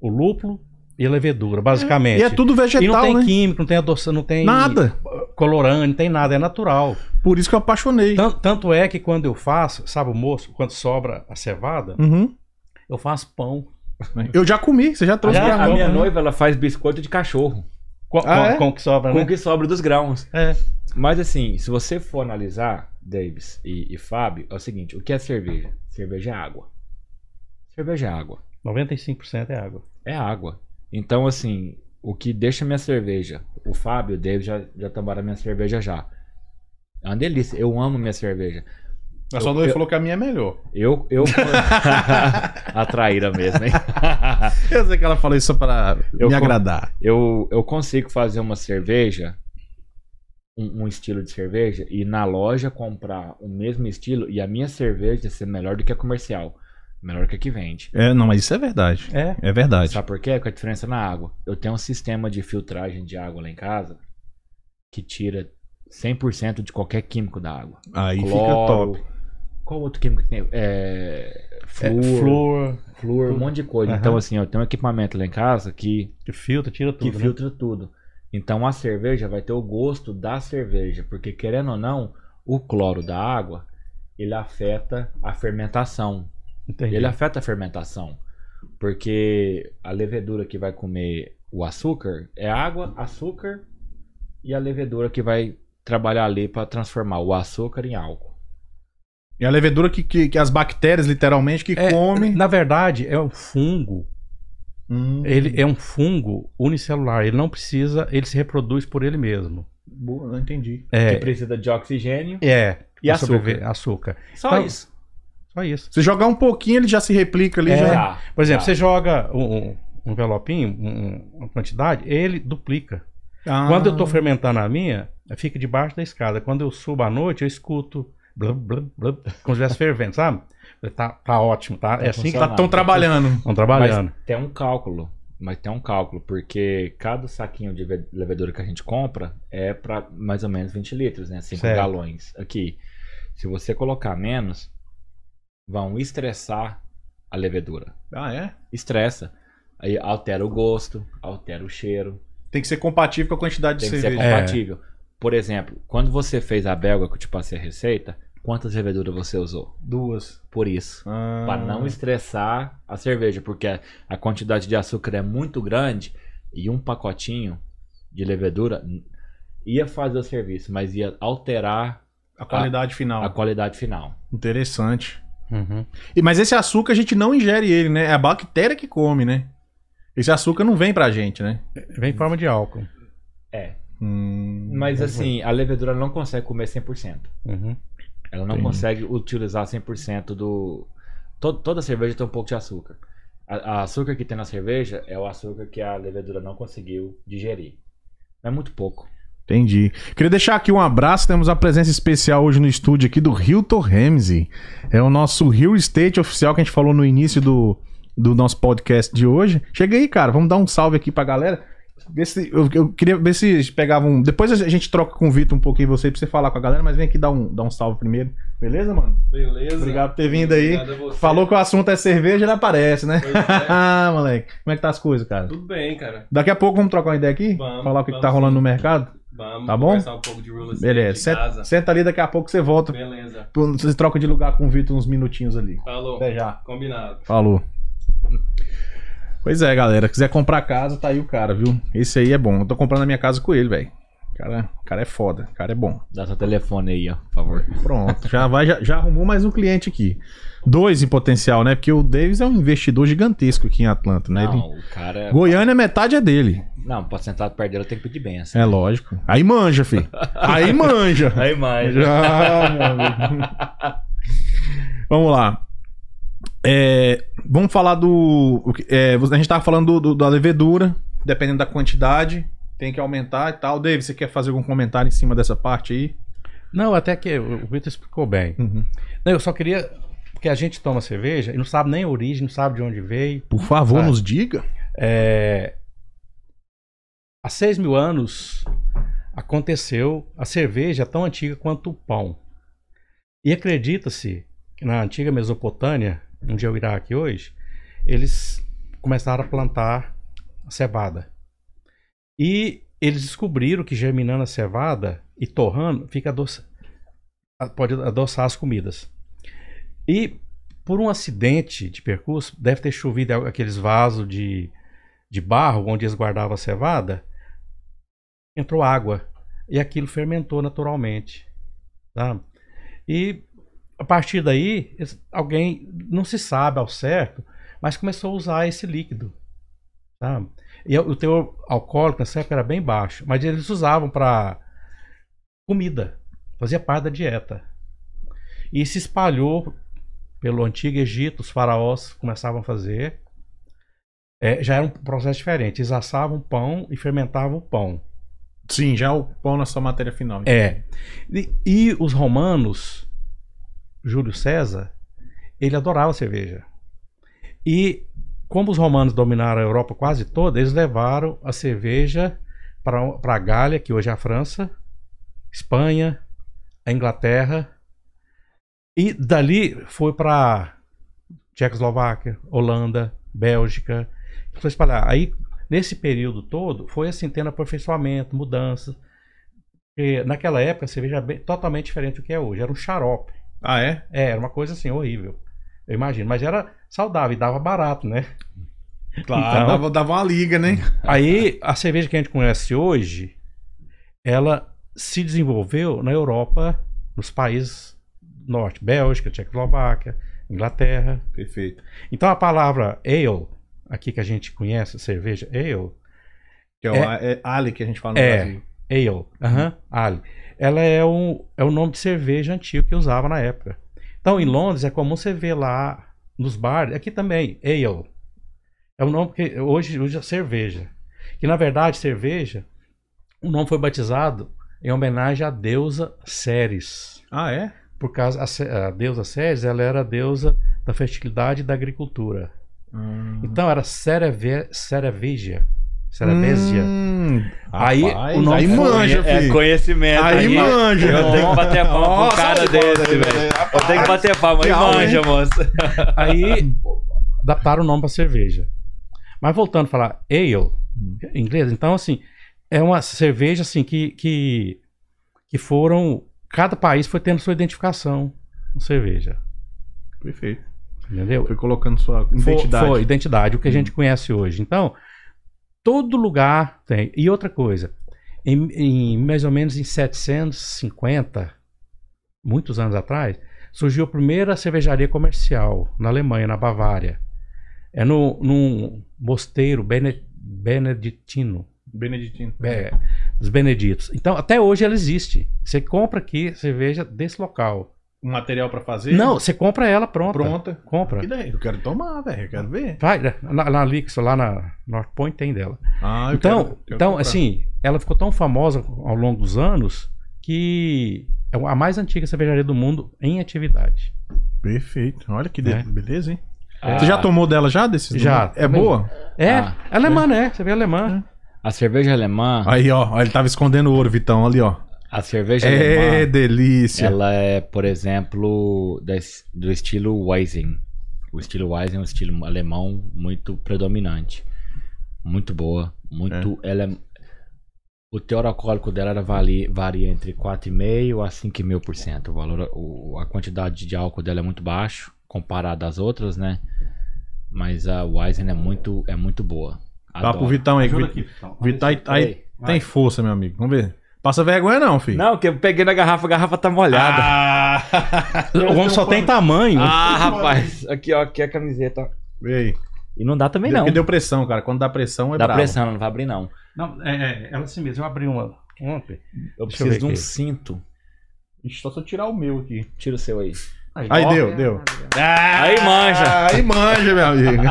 o lúpulo e a levedura, basicamente. E é tudo E não vegetal, tem né? químico, não tem adoçante, não tem Nada. colorante, não tem nada, é natural. Por isso que eu apaixonei. Tan- Tanto, é que quando eu faço, sabe o moço, quando sobra a cevada, Uhum. eu faço pão. Eu já comi, você já A trouxe minha, pra a mim. né? minha noiva ela faz biscoito de cachorro. Com, com- é? com o que sobra, Com o né? que sobra dos grãos. É. Mas assim, se você for analisar, Davis e, e Fábio, é o seguinte: o que é cerveja? Cerveja é água. Cerveja é água. 95% é água. É água. Então, assim, o que deixa minha cerveja. O Fábio, o Davis já, já tomaram minha cerveja já. É uma delícia. Eu amo minha cerveja. A sua noiva falou que a minha é melhor. Eu. eu... a traíra mesmo, hein? Eu sei que ela falou isso só pra Eu me com- agradar. eu, eu consigo fazer uma cerveja, um, um estilo de cerveja, e na loja comprar o mesmo estilo e a minha cerveja ser melhor do que a comercial. Melhor que a que vende. É, não, mas isso é verdade. É. É verdade. Sabe por quê? Com a diferença na água. Eu tenho um sistema de filtragem de água lá em casa que tira 100% de qualquer químico da água. Aí Cloro, fica top. Qual outro químico que tem? É, É, flúor, flor, flúor, um monte de coisa. Aham. Então, assim, eu tenho um equipamento lá em casa que que filtra, tira que tudo. né? filtra tudo. Então a cerveja vai ter o gosto da cerveja, porque querendo ou não, o cloro da água ele afeta a fermentação. Entendi. é Ele afeta a fermentação, porque a levedura que vai comer o açúcar é água, açúcar e a levedura que vai trabalhar ali para transformar o açúcar em álcool. E É a levedura que, que, que as bactérias, literalmente, que É, come. Na verdade, é um fungo Hum. Ele é um fungo unicelular, ele não precisa, ele se reproduz por ele mesmo. Boa, não entendi. Que É, precisa de oxigênio. é. E pra açúcar. sobreviver- açúcar. Só Então, isso. Só isso. Se jogar um pouquinho, ele já se replica ali. É. já- Já, Por exemplo, já. você joga um, um- um envelopinho, um- uma quantidade, ele duplica. Ah. Quando eu tô fermentando a minha, fica debaixo da escada. Quando eu subo à noite, eu escuto blub, blub, blub, como se estivesse fervendo, sabe? Tá, tá ótimo, tá? É assim que funcionando. tá, Tá tão trabalhando. estão trabalhando. Mas tem um cálculo. Mas tem um cálculo, porque cada saquinho de ve- levedura que a gente compra é para mais ou menos 20 litros, né? 5 Certo. galões aqui. Se você colocar menos, vão estressar a levedura. Ah, é? Estressa. Aí altera o gosto, altera o cheiro. Tem que ser compatível com a quantidade Tem de que ser cerveja. com- compatível. Por exemplo, quando você fez a belga que eu te passei a receita, quantas leveduras você usou? Duas. Por isso. Ah. Pra não estressar a cerveja, porque a- a quantidade de açúcar é muito grande e um pacotinho de levedura n- ia fazer o serviço, mas ia alterar A qualidade final. a qualidade final. Interessante. Uhum. E, mas esse açúcar a gente não ingere ele, né? É a bactéria que come, né? Esse açúcar não vem pra gente, né? Vem em forma de álcool. É, Hum. mas assim, a levedura não consegue comer 100%. Uhum. Ela não Entendi. consegue utilizar 100% do. to- toda cerveja tem um pouco de açúcar. A, a açúcar que tem na cerveja é o açúcar que a levedura não conseguiu digerir. É muito pouco. Entendi. Queria deixar aqui um abraço. Temos a presença especial hoje no estúdio aqui do Hilton Ramsey. É o nosso Hill State oficial que a gente falou no início do, do nosso podcast de hoje. Chega aí, cara. Vamos dar um salve aqui pra galera. Vê se- eu, eu queria ver se pegava um. Depois a gente troca com o Vitor um pouquinho você pra você falar com a galera, mas vem aqui dar um, dar um salve primeiro. Beleza, mano? Beleza. Obrigado por ter vindo aí. Obrigado a você. Falou que o assunto é cerveja, ele aparece, né? Pois é. Ah, moleque. Como é que tá as coisas, cara? Tudo bem, cara. Daqui a pouco vamos trocar uma ideia aqui? Vamos, falar o que, que vamos tá rolando sim. no mercado? Vamos Tá bom? conversar um pouco de real estate Beleza. de Senta, casa. senta ali, daqui a pouco você volta. Beleza. Pô, Você troca de lugar com o Vitor uns minutinhos ali. Falou. Até já. Combinado. Falou. Pois é, galera. Quiser comprar casa, tá aí o cara, viu? Esse aí é bom. Eu tô comprando a minha casa com ele, velho. Cara, o cara é foda. O cara é bom. Dá seu telefone aí, ó, por favor. Pronto. Já vai, já, já arrumou mais um cliente aqui. Dois em potencial, né? Porque o Davis é um investidor gigantesco aqui em Atlanta, né? Ele- Não, o cara. Goiânia, metade é dele. Não, pra sentar perto dele eu tenho que pedir benção. É lógico. Aí manja, filho. Aí manja. Aí mais. Já, meu amigo. Vamos lá. É, vamos falar do. o que- é, a gente tava falando do- do- da levedura, dependendo da quantidade, tem que aumentar e tal. David, você quer fazer algum comentário em cima dessa parte aí? Não, até que o o Vitor explicou bem. Não, eu só queria. Porque a gente toma cerveja e não sabe nem a origem, não sabe de onde veio. Por favor, Ah. nos diga. É, Há seis mil anos aconteceu a cerveja tão antiga quanto o pão. E acredita-se que na antiga Mesopotâmia, onde é o Iraque hoje, eles começaram a plantar a cevada. E eles descobriram que germinando a cevada e torrando, fica adoça- a- pode adoçar as comidas. E por um acidente de percurso, deve ter chovido aqueles vasos de, de barro onde eles guardavam a cevada, entrou água e aquilo fermentou naturalmente. tá? E a partir daí, es- alguém, não se sabe ao certo, mas começou a usar esse líquido. tá? E o o teor alcoólico nessa época era bem baixo, mas eles usavam para comida, fazia parte da dieta. E se espalhou pelo antigo Egito, os faraós começavam a fazer. É, já era um processo diferente. Eles assavam pão e fermentavam o pão. Sim, já o pão na sua matéria final. É. E, e os romanos, Júlio César, ele adorava cerveja. E como os romanos dominaram a Europa quase toda, eles levaram a cerveja para a Gália, que hoje é a França, Espanha, a Inglaterra. E dali foi para Tchecoslováquia, Holanda, Bélgica. Então, Foi espalhar. ah, Aí, nesse período todo, foi assim, tendo aperfeiçoamento, mudanças. Porque naquela época a cerveja era bem- totalmente diferente do que é hoje. Era um xarope. Ah, é? É, era uma coisa assim, horrível. Eu imagino. Mas era saudável e dava barato, né? Claro. Então- Dava, dava uma liga, né? Aí a cerveja que a gente conhece hoje, ela se desenvolveu na Europa, nos países do norte, Bélgica, Tchecoslováquia, Inglaterra. Perfeito. Então a palavra ale, aqui que a gente conhece, cerveja ale, Que é, o É. a- é ale que a gente fala no É. Brasil. Ale, aham, ale. Ela é um, é um nome de cerveja antigo que usava na época. Então, em Londres, é comum você ver lá nos bares, aqui também, ale. É um nome que hoje usa cerveja. Que, na verdade, cerveja, o nome foi batizado em homenagem à deusa Ceres. Ah, é? Por causa, a, Ce- a deusa Ceres, ela era a deusa da fertilidade e da agricultura. Hum. Então, era Cereve, Cereveja. Cerevesia. Hum, Aí, rapaz, o nome aí foi- manja, filho. É conhecimento. Aí manja. Eu tenho que bater palma pra um Nossa, cara olha, desse, olha, velho. olha, Eu tenho que bater palma. Aí Tchau, manja, hein? moça. Aí adaptaram o nome para cerveja. Mas voltando a falar ale em inglês, então assim, é uma cerveja assim que, que que foram cada país foi tendo sua identificação com cerveja, Perfeito. entendeu? Foi colocando sua Foi- identidade. Foi, identidade, o que a gente conhece hoje. Então, todo lugar tem. E outra coisa, em, em mais ou menos em 750, muitos anos atrás, surgiu a primeira cervejaria comercial na Alemanha, na Bavária. É no, num mosteiro bene- beneditino. Beneditino. É, dos beneditos. Então, até hoje ela existe. Você compra aqui cerveja desse local. Um material pra fazer? Não, você compra ela pronta. Pronta. Compra. E daí? Eu quero tomar, velho. Eu quero ver. Vai, né? na, na Lix, lá na North Point tem dela. Ah, eu então, quero- quero então comprar. assim, ela ficou tão famosa ao longo dos anos que é a mais antiga cervejaria do mundo em atividade. Perfeito. Olha que de- É. beleza, hein? Ah, Você já tomou dela já, desses? Já. É boa? É, Ah, alemã, né? Você vê alemã. A cerveja alemã, Aí, ó, ó, ele tava escondendo o ouro, Vitão, ali, ó. a cerveja É, alemã, delícia. ela é, por exemplo, da es- do estilo Weizen. O estilo Weizen é um estilo alemão muito predominante. Muito boa, muito ela é- o teor alcoólico dela era vali- varia entre 4,5 a 5,5%. O valor o, a quantidade de álcool dela é muito baixo comparado às outras, né? Mas a Weizen é muito é muito boa. Dá pro Vitão aí. que o Ajuda Vit- aqui, então. Vitão. Vitão aí, aí Ei, tem força, meu amigo. Vamos ver. Passa vergonha não, filho. Não, que eu peguei na garrafa, a garrafa tá molhada. O homem só tem tamanho. Ah, rapaz. Aqui, ó, aqui é a camiseta. Vê aí. E não dá também, Deu- não. Porque deu pressão, cara. Quando dá pressão, é dá bravo. pressão, não vai abrir, não. Não, é, é, ela assim mesmo. Eu abri uma ontem. Eu Deixa eu preciso ver de um aqui. cinto. Ixi, só se eu tirar o meu aqui. Tira o seu aí. Aí ó. deu, deu. Aí manja. Aí manja, meu amigo.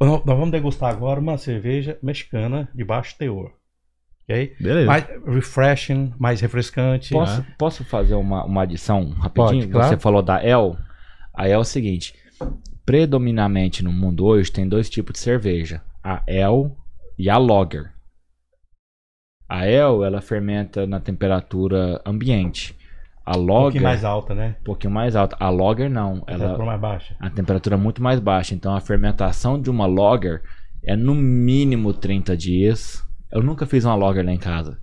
Nó- Nós vamos degustar agora uma cerveja mexicana de baixo teor. Ok? Beleza. Mais refreshing, mais refrescante. Posso, posso fazer uma, uma adição rapidinho? Pode, claro. Você falou da El. A El é o seguinte: predominantemente no mundo hoje tem dois tipos de cerveja: a El e a Lager. A El ela fermenta na temperatura ambiente. A Um Lager pouquinho mais alta, né? um pouquinho mais alta. A Lager não, ela Temperatura mais baixa. a temperatura é muito mais baixa. Então a fermentação de uma lager é no mínimo 30 dias. Eu nunca fiz uma lager lá em casa.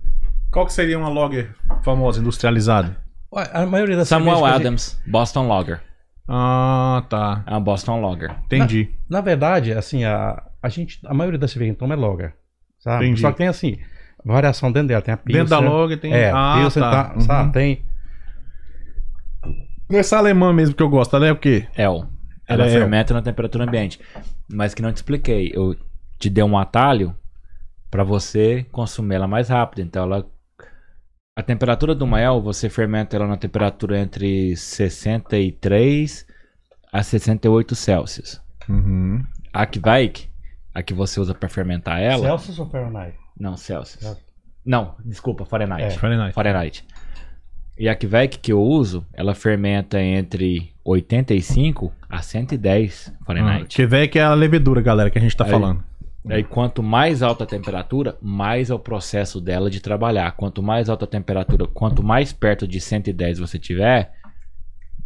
Qual que seria uma logger famosa, industrializada? Ué, A maioria das Samuel cervejas que a gente- Adams, Boston Lager. Ah, tá. É uma Boston Lager. Entendi. Na verdade, assim, a, a gente, a maioria das cervejas que toma é lager, sabe? Entendi. Só que tem assim, variação dentro dela, tem a pilsen. Dentro da logger tem... É, ah, pilsen, tá, Uhum. é sabe? Tem. Essa alemã mesmo que eu gosto, ela é o quê? El. Ela Ela é fermenta na temperatura ambiente. Mas que não te expliquei. Eu te dei um atalho para você consumir ela mais rápido. Então ela. A temperatura do mael, você fermenta ela na temperatura entre 63 a 68 Celsius. Uhum. A que vai, a que você usa pra fermentar ela. Celsius ou Fahrenheit? Não, Celsius. Não. Não, desculpa, É. Fahrenheit. Fahrenheit. Fahrenheit. E a Kvec que eu uso, ela fermenta entre 85 a 110 Ah, Fahrenheit. Quebec é a levedura, galera, que a gente tá Aí. falando. Aí quanto mais alta a temperatura, mais é o processo dela de trabalhar. Quanto mais alta a temperatura, quanto mais perto de 110 você tiver,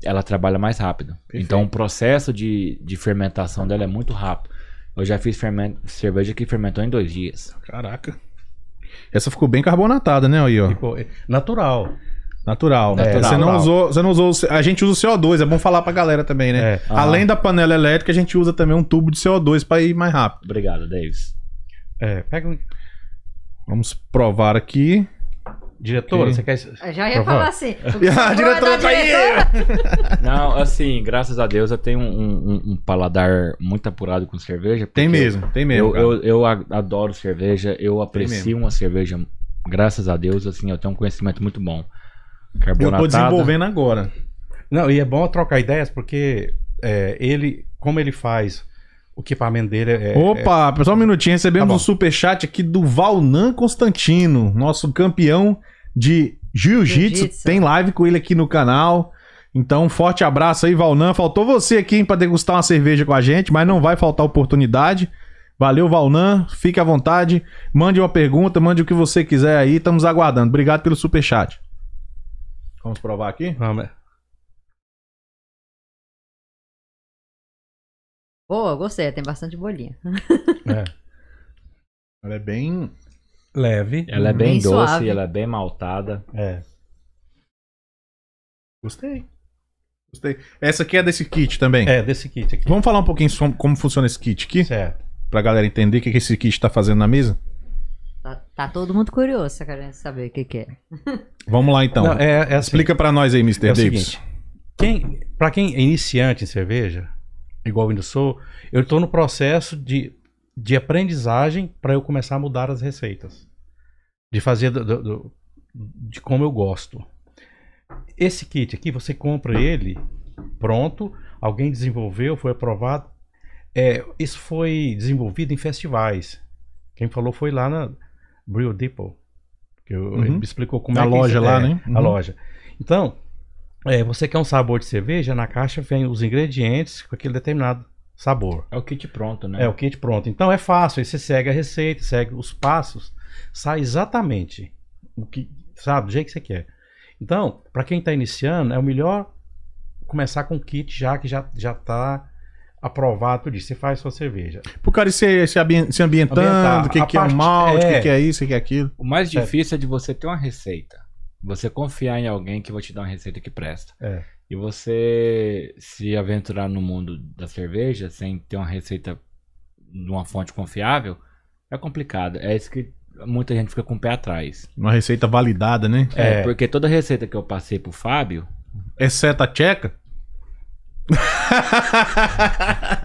ela trabalha mais rápido. Perfeito. Então o processo de, de fermentação dela é muito rápido. Eu já fiz fermen- cerveja que fermentou em dois dias. Caraca. Essa ficou bem carbonatada, né, aí, ó. Ficou Tipo, é natural. Natural. né? É, Você não natural. usou, você não usou, o C- a gente usa o CO2, é bom falar pra galera também, né? É. Ah. Além da panela elétrica, a gente usa também um tubo de CO2 pra ir mais rápido. Obrigado, Davis. É, pega um Vamos provar aqui. diretor, Ok. você quer Eu já ia falar assim. Então, a diretora tá aí. Não, assim, graças a Deus eu tenho um, um- um paladar muito apurado com cerveja. porque Tem mesmo, tem mesmo. Eu, cara. eu, eu a- adoro cerveja, eu aprecio mesmo. uma cerveja, graças a Deus, assim, eu tenho um conhecimento muito bom. Eu Carbonatada. tô desenvolvendo agora. Não, e é bom trocar ideias porque é, ele, como ele faz, o equipamento dele é. é- Opa, pessoal, um minutinho. Recebemos Tá bom. um superchat aqui do Valnan Constantino, nosso campeão de jiu-jitsu. Jiu-jitsu. Tem live com ele aqui no canal. Então, um forte abraço aí, Valnan. Faltou você aqui, hein, pra degustar uma cerveja com a gente, mas não vai faltar oportunidade. Valeu, Valnan. Fique à vontade. Mande uma pergunta, mande o que você quiser aí. Estamos aguardando. Obrigado pelo superchat. Vamos provar aqui? Vamos- Boa, gostei, tem bastante bolinha. é, Ela é bem. leve. Ela é bem, Bem doce, suave. ela é bem maltada. É. Gostei. Gostei. Essa aqui é desse kit também. É, desse kit aqui. Vamos falar um pouquinho sobre como funciona esse kit aqui? Certo. Pra galera entender o que que esse kit tá fazendo na mesa? Tá, tá todo mundo curioso, tá querendo saber o que, que é. Vamos lá então. Não, é, é assim, Explica pra nós aí, Mr. É o Davis. seguinte, quem, para quem é iniciante em cerveja, igual eu sou, eu estou no processo de, de aprendizagem para eu começar a mudar as receitas, de fazer do- do- do- de como eu gosto. Esse kit aqui você compra ele pronto, alguém desenvolveu, foi aprovado. É, isso foi desenvolvido em festivais. Quem falou foi lá na Brew Depot. Que eu- Uhum. Ele me explicou como Na é que loja isso- lá, é, né? A Uhum. loja. Então, é, você quer um sabor de cerveja, na caixa vem os ingredientes com aquele determinado sabor. É o kit pronto, né? É o kit pronto. Então é fácil, aí você segue a receita, segue os passos, sai exatamente o que, sabe, do jeito que você quer. Então, para quem está iniciando, é o melhor começar com o kit já que já já tá aprovado tudo isso. Você faz sua cerveja. Pro cara ir se, se, ambi- se ambientando, Ambientar. o que, A que é o parte- malte, o que é. que é isso, o que que é aquilo. O mais Certo. difícil é de você ter uma receita. Você confiar em alguém que vai te dar uma receita que presta. É. E você se aventurar no mundo da cerveja sem ter uma receita de uma fonte confiável é complicado. É isso que muita gente fica com o pé atrás. Uma receita validada, né? É. Porque toda receita que eu passei pro Fábio Exceto a tcheca.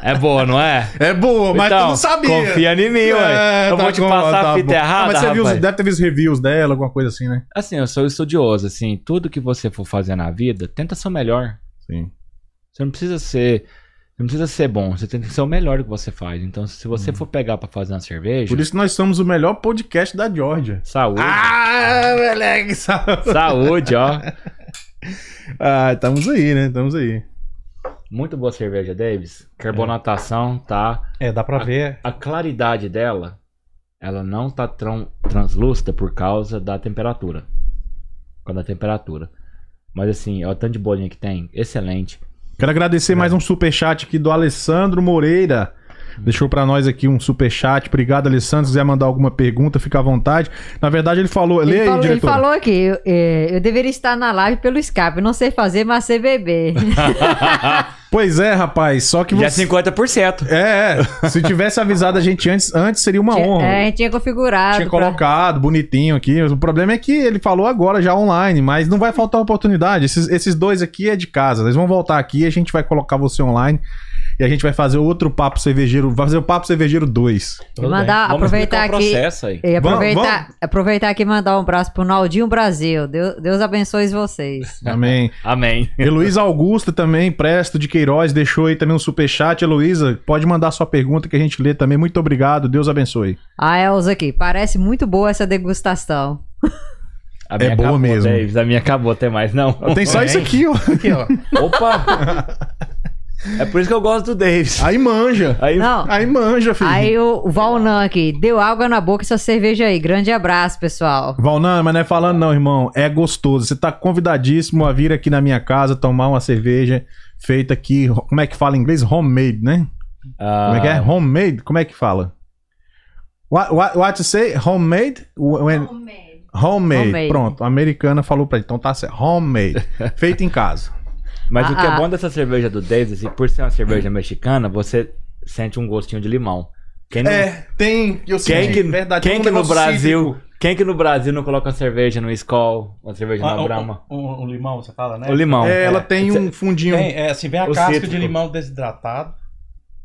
é boa, não é? É boa, mas Então, tu não sabia. Confia em mim, É, tá ué. Eu vou te passar a fita errada, Ah, mas você viu, rapaz. deve ter visto reviews dela, alguma coisa assim, né? Assim, eu sou estudioso, assim, tudo que você for fazer na vida, tenta ser o melhor. Sim. Você não precisa ser. Você não precisa ser bom, você tem que ser o melhor que você faz. Então, se você for pegar pra fazer uma cerveja, Uhum. Por isso que nós somos o melhor podcast da Georgia. saúde. Ah, moleque, sabe? Saúde, ó. Ah, estamos aí, né? Estamos aí. Muito boa cerveja, Davis. Carbonatação, tá? É, dá para ver. A claridade dela, ela não tá tão translúcida por causa da temperatura. Por causa da temperatura. Mas assim, ó, o tanto de bolinha que tem, excelente. Quero agradecer mais um superchat aqui do Alessandro Moreira. Deixou pra nós aqui um superchat. Obrigado, Alessandro. Se quiser mandar alguma pergunta, fica à vontade. Na verdade, ele falou. Lê ele, aí, falou, ele diretor. falou aqui, eu, é, eu deveria estar na live pelo Skype, não sei fazer, mas sei beber. Pois é, rapaz. Só que Já é você. 50%. É, é. Se tivesse avisado a gente antes, antes seria uma honra. É, a gente tinha configurado. Tinha pra- colocado bonitinho aqui. O problema é que ele falou agora, já online, mas não vai faltar oportunidade. Esses, esses dois aqui é de casa. Eles vão voltar aqui, a gente vai colocar você online e a gente vai fazer outro Papo Cervejeiro. Vai fazer o Papo Cervejeiro 2. Tudo mandar, Vamos aproveitar explicar o aqui. processo aí. E aproveitar, Vamos, aproveitar aqui e mandar um abraço pro Naldinho Brasil. Deus, Deus abençoe vocês. Amém. Amém. Heloísa Augusta também, Presto de Queiroz, deixou aí também um superchat. Heloísa, pode mandar sua pergunta que a gente lê também. Muito obrigado, Deus abençoe. A Elza aqui, parece muito boa essa degustação. A minha É boa acabou, mesmo. Davis, a minha acabou, tem mais não. Tem só Amém. isso aqui, ó. bem. Aqui, ó. Opa! é por isso que eu gosto do Davis. Aí manja. Aí, Não, Aí manja, filho. aí o Valnan aqui, deu água na boca essa cerveja aí. Grande abraço, pessoal. Valnan, mas não é falando não, irmão. É gostoso. Você tá convidadíssimo a vir aqui na minha casa tomar uma cerveja feita aqui. Como é que fala em inglês? Homemade, né? ah, Como é que é? Homemade? Como é que fala? What, what, what you say? Homemade? When- Homemade. Homemade. Pronto, a americana falou pra ele. Então tá certo. Homemade. Feito em casa. Mas o que Ah, ah. é bom dessa cerveja do Davis, e por ser uma cerveja mexicana, você sente um gostinho de limão. Quem, não- É, tem. Eu quem que, é quem um que no Brasil, quem que no Brasil não coloca uma cerveja no Skol, uma cerveja Ah, na o- Brahma? o- o- o limão, você fala, né? O limão. É, ela É. tem um fundinho. Tem, Uhum. é, assim, vem a O casca cítrico. de limão desidratado,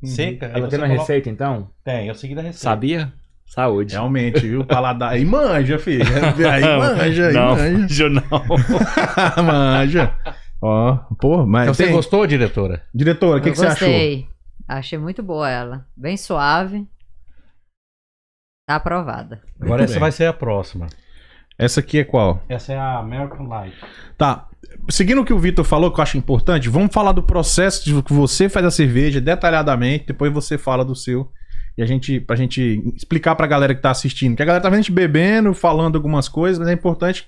seca. aí Ela você Hum, tem na coloca- receita, então? Tem, eu segui da receita. Sabia? Saúde. Realmente, viu? Paladar. Aí manja, filho. Aí manja, aí não, manja. eu Então não. manja. Ó, pô, mas. Então, você tem- gostou, diretora? Diretora, o que, Eu que você achou? gostei. Achei muito boa ela. Bem suave. Tá aprovada. Agora essa bem. vai ser a próxima. Essa aqui é qual? Essa é a American Light. Tá. Seguindo o que o Vitor falou, que eu acho importante, vamos falar do processo de que você faz a cerveja detalhadamente, depois você fala do seu. E a gente, pra gente explicar pra galera que tá assistindo. Que a galera tá vendo a gente bebendo, falando algumas coisas, mas é importante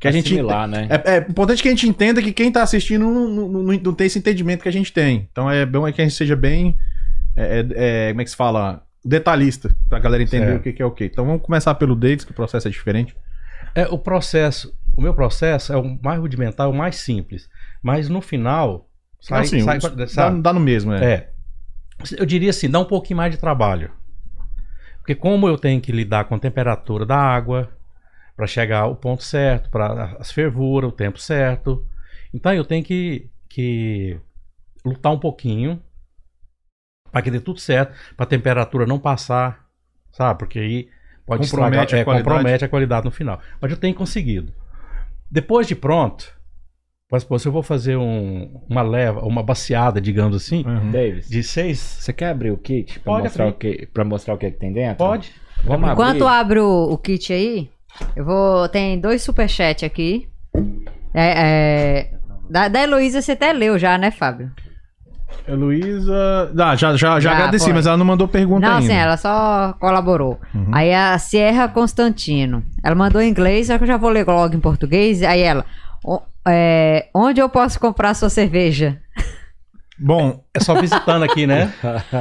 que a gente. lá, né? É, é importante que a gente entenda que quem tá assistindo não, não, não- não tem esse entendimento que a gente tem. Então é bom é que a gente seja bem. é, é, é, como é que se fala? Detalhista, pra galera entender Certo. o que, que é o que. Então vamos começar pelo Davis, que o processo é diferente. É, o processo, o meu processo é o mais rudimentar, o mais simples. Mas no final, sai, Não, assim, sai, os- dá, sabe? dá no mesmo, é. É. Eu diria assim, dá um pouquinho mais de trabalho. Porque como eu tenho que lidar com a temperatura da água para chegar ao ponto certo, para as fervuras, o tempo certo, então eu tenho que, que lutar um pouquinho para que dê tudo certo, para a temperatura não passar, sabe? Porque aí pode Compromete estragar- a é, qualidade. compromete a qualidade no final. Mas eu tenho conseguido. Depois de pronto, mas, pô, se eu vou fazer um- uma leva, uma baseada, digamos assim, Uhum. Davis, de seis, você quer abrir o kit pra, Pode mostrar, o abrir. que, pra mostrar o que, que tem dentro? pode? Vamos abrir. Enquanto abro o kit aí, eu vou. Tem dois superchats aqui. É, é, da, da Heloísa você até leu já, né, Fábio? Heloísa. Ah, já, já, já Já, agradeci, foi. mas ela não mandou pergunta Não, ainda. assim, ela só colaborou. Uhum. Aí a Sierra Constantino. Ela mandou em inglês, só que eu já vou ler logo em português. Aí ela. "O- é, onde eu posso comprar sua cerveja? Bom, É só visitando aqui, né?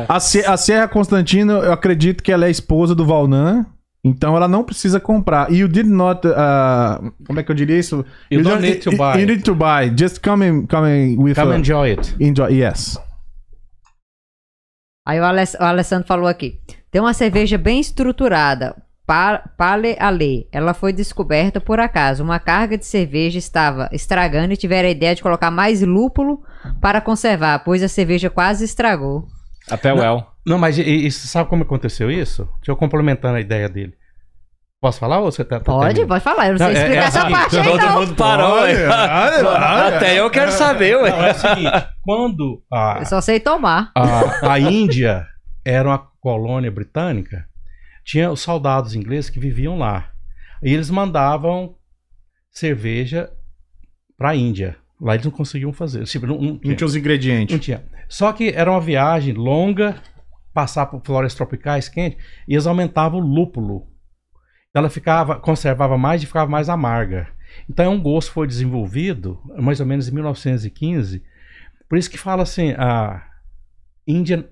a, Se- a Sierra Constantino, eu acredito que ela é esposa do Valnan. Então ela não precisa comprar. E you did not. ah, como é que eu diria isso? You don't don't- need to you- buy. You need to buy. Just come, in, come in with Come a- enjoy it. enjoy. Yes. Aí o, Aless- o Alessandro falou aqui. Tem uma cerveja bem estruturada. Pa- Pale Ale. Ela foi descoberta por acaso. Uma carga de cerveja estava estragando e tiveram a ideia de colocar mais lúpulo para conservar, pois a cerveja quase estragou. A Pewell. Não, mas e, e você sabe como aconteceu isso? Deixa eu complementando a ideia dele. Posso falar ou você tá. tá Pode, terminando? pode falar. Eu não sei Não, é- explicar é essa assim, parte então. aí, Todo não. mundo parou. Olha, ué. olha, Até eu quero saber, ué. né? Ah, Não, é o seguinte: quando a, Eu só sei tomar. a, a Índia era uma colônia britânica, tinha os soldados ingleses que viviam lá. E eles mandavam cerveja para a Índia. Lá eles não conseguiam fazer. Tipo, não, não Não tinha. tinha os Não ingredientes. tinha. Só que era uma viagem longa, passar por florestas tropicais quentes, e eles aumentavam o lúpulo. Então ela ficava, conservava mais e ficava mais amarga. Então um gosto foi desenvolvido, mais ou menos em 1915. Por isso que fala assim, a Indian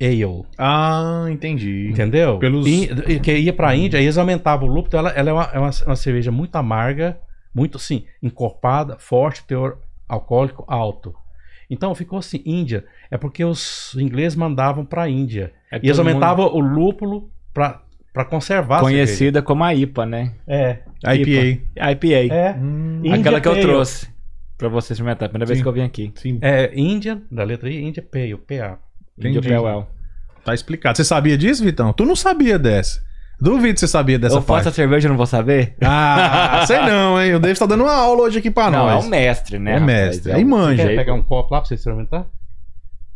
Ale, Ah, entendi. entendeu? Pelos- E- e que ia pra Índia, e eles aumentavam o lúpulo. Então ela, ela é, uma, é uma- uma cerveja muito amarga, muito assim, encorpada, forte, teor alcoólico alto. Então ficou assim, Índia. É porque os ingleses mandavam pra Índia. É que E eles todo mundo- aumentavam o lúpulo pra, pra conservar a cerveja. Conhecida como a IPA, né? É, IPA. IPA. é. Hum, Índia Aquela que eu Pale. trouxe pra você experimentar. a Primeira vez Sim. que eu vim aqui. sim, É Índia, da letra I, Índia Pale, PA. Índia Entendi. Pewell. tá explicado. Você sabia disso, Vitão? Tu não sabia dessa. Duvido que você sabia dessa Eu faço parte. a cerveja, eu não vou saber? Ah, sei não, hein? O David tá dando uma aula hoje aqui pra não, é nós. o mestre, né? Ah, É o rapaz? mestre. É Aí o- manja. Quer jeito. pegar um copo lá pra você experimentar?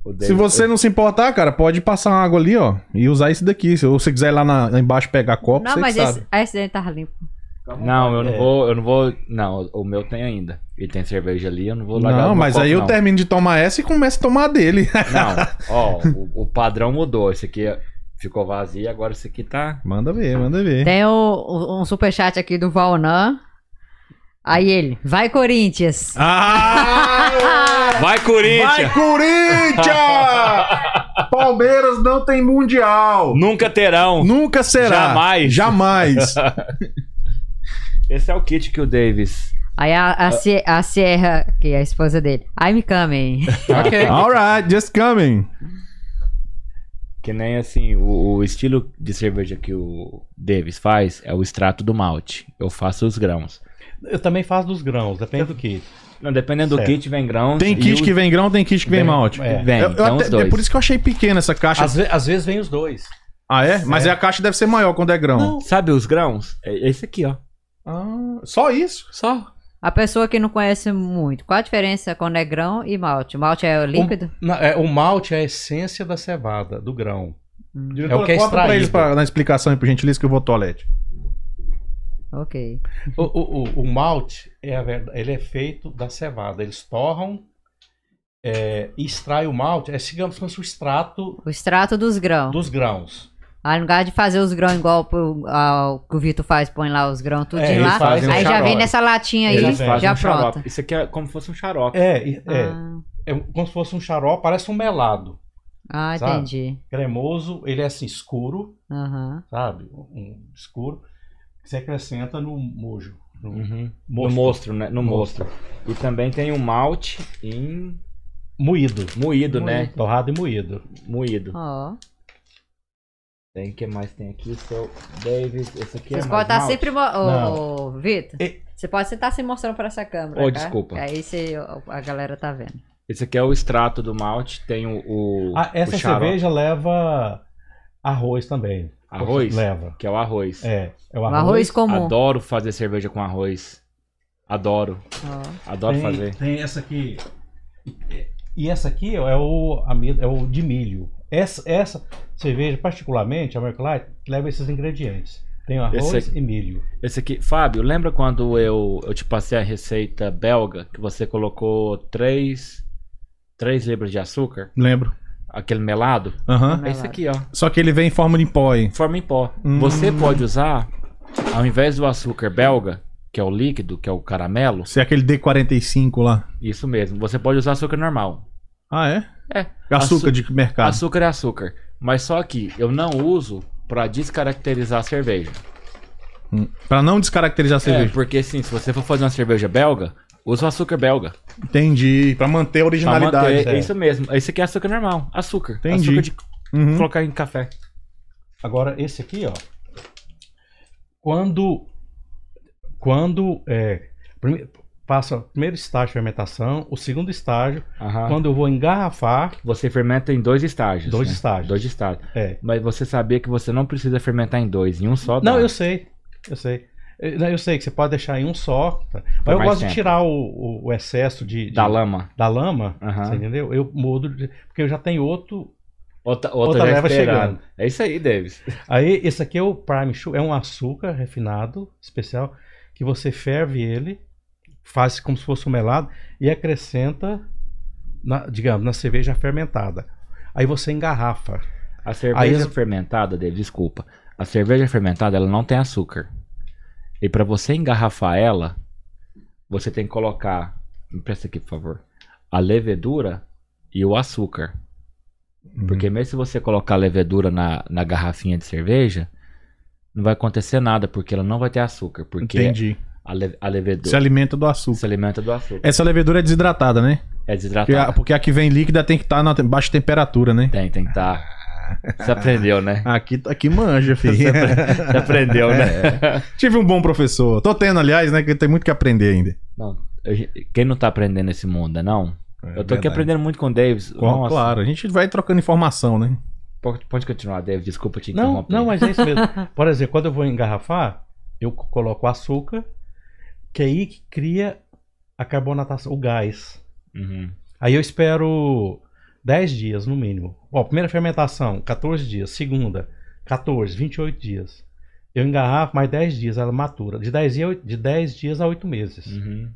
o Se dele- você não se importar, cara, pode passar uma água ali, ó, e usar isso daqui. Se ou você quiser ir lá, na- lá embaixo pegar copo, Não, você mas que sabe. esse, a esse daí tava limpo. Não, eu não É. vou, eu não vou. Não, o meu tem ainda. E tem cerveja ali, eu não vou largar. o Não, meu mas copo, aí eu não. termino de tomar essa e começo a tomar a dele. Não, ó, o, o padrão mudou. Esse aqui ficou vazio, agora esse aqui tá. manda ver, manda ver. Tem o- o- um superchat aqui do Valnan. Aí ele, vai Corinthians. Ah! Vai, Vai, Corinthians! Palmeiras não tem mundial. Nunca terão! Nunca será. Jamais. Jamais. Esse é o kit que o Davis. Aí a, a, Sie- a Sierra, que é a esposa dele, I'm coming. ok. Alright, just coming. Que nem assim, o, o estilo de cerveja que o Davis faz é o extrato do malte. Eu faço os grãos. Eu também faço dos grãos, depende do que. Não, dependendo Certo. do kit, vem grãos. Tem e kit o- que vem grão, tem kit que vem Vem- malte. é. Vem, Eu- eu então até- os dois. é por isso que eu achei pequena essa caixa. Às, ve- às vezes vem os dois. Ah, é? Mas a caixa deve ser maior quando é grão. Sabe os grãos? É é esse aqui, ó. Ah, só isso? Só. A pessoa que não conhece muito, qual a diferença com negrão e malte? Malte é líquido? Não, é, o malte é a essência da cevada, do grão. Diretor, o que é corta pra extraído. eles pra- na explicação aí, por gentileza, que eu vou ao toalete. Ok. O, o- o- o malte, é a verda- ele é feito da cevada. Eles torram é, e extrai o malte. É, digamos, como se fosse o extrato O extrato dos grãos. dos grãos. Aí no lugar de fazer os grãos igual pro- ao que o Vitor faz, põe lá os grãos tudo É, eles lá. fazem um Aí já vem xarope. nessa latinha aí, Eles fazem É já um pronta. xarope. Isso aqui é como se fosse um xarope. É, e- é, Ah, é um- como se fosse um xarope, parece um melado. ah, Sabe? entendi. Cremoso, ele é assim, escuro, Aham. sabe? Um escuro. Você acrescenta no mojo. No Uhum. No mosto. mostro, né? No Mostro. mostro. E também tem o malte em Moído. moído, né? Torrado e moído. Moído. Ó. Tem o que mais tem aqui? Seu Davis, esse aqui Vocês é podem mais estar malte. sempre. Mo... Não. Ô, ô, Vitor, E- você pode estar se mostrando pra essa câmera. Ô, tá? desculpa. Aí você, a galera tá vendo. Esse aqui é o extrato do malte, tem o, o, Ah, essa o xarope. cerveja leva arroz também. Arroz? Leva. Que é o arroz. É, é o Um arroz. arroz comum. Adoro fazer cerveja com arroz. Adoro. Ó. Adoro tem, fazer. Tem essa aqui. E essa aqui é o, amido- é o de milho. Essa, essa cerveja, particularmente, a American Light, leva esses ingredientes. Tem o arroz Esse e milho. Esse aqui, Fábio, lembra quando eu, eu te passei a receita belga que você colocou três, três libras de açúcar, Lembro. aquele melado, Aham. Melado. é esse aqui, ó. Só que ele vem em forma de pó aí. Forma em pó. Hum. Você pode usar, ao invés do açúcar belga, que é o líquido, que é o caramelo, Se é aquele D45 lá. isso mesmo, você pode usar açúcar normal. Ah, é? É. Açúcar de mercado. Açúcar é açúcar. Mas só que eu não uso pra descaracterizar a cerveja. Hum. Pra não descaracterizar a É, cerveja. porque assim, se você for fazer uma cerveja belga, usa o açúcar belga. Entendi. Pra manter a Pra originalidade. manter- É. é isso mesmo. Esse aqui é açúcar normal. Açúcar. Entendi. Açúcar de Hum. Uhum. colocar em café. Agora, esse aqui, ó. Quando. Quando. É, prime- passa o primeiro estágio de fermentação, o segundo estágio, quando eu vou engarrafar, Você fermenta em dois estágios. dois né? estágios. Dois estágios. É. Mas você sabia que você não precisa fermentar em dois, em um só. dá. Não, eu sei. Eu sei. Eu, não, eu sei que você pode deixar em um só. tá? Mas eu mais gosto tempo. de tirar o, o- o excesso de, de- Da lama. da lama. Aham. Você entendeu? Eu mudo. de- porque eu já tenho outro. Outra, outra já leva esperando. É isso aí, Davis. Aí, esse aqui é o Prime Sugar. É um açúcar refinado especial que você ferve ele, faz como se fosse um melado e acrescenta, na- digamos, na cerveja fermentada. Aí você engarrafa. A cerveja Aí- fermentada, Davis, desculpa. A cerveja fermentada, ela não tem açúcar. E pra você engarrafar ela, você tem que colocar. Me presta aqui, por favor. A levedura e o açúcar. Uhum. Porque mesmo se você colocar a levedura na, na garrafinha de cerveja, não vai acontecer nada, porque ela não vai ter açúcar. Porque é Entendi. a, le- a Se levedura alimenta do açúcar. se alimenta do açúcar. Essa levedura é desidratada, né? É Porque a, desidratado. porque a que vem líquida tem que estar na te- baixa temperatura, né? Tem, tem que estar. Você aprendeu, né? Aqui, aqui manja, filho. Você aprendeu, né? Tive um bom professor. Tô tendo, aliás, né? Que tem muito que aprender ainda. Não, a gente- quem não tá aprendendo esse mundo, não? eu tô É verdade. aqui aprendendo muito com o Davis. Com- Claro, a gente vai trocando informação, né? Pode, pode continuar, Davis. Desculpa te Não, interromper. não, mas é isso mesmo. Por exemplo, quando eu vou engarrafar, eu co- coloco açúcar, que é aí que cria a carbonatação, o gás. Uhum. Aí eu espero 10 dias no mínimo. Ó, primeira fermentação, 14 dias. Segunda, 14, 28 dias. Eu engarrafo mais 10 dias, ela matura. De 10, dia- de 10 dias a 8 meses. Uhum.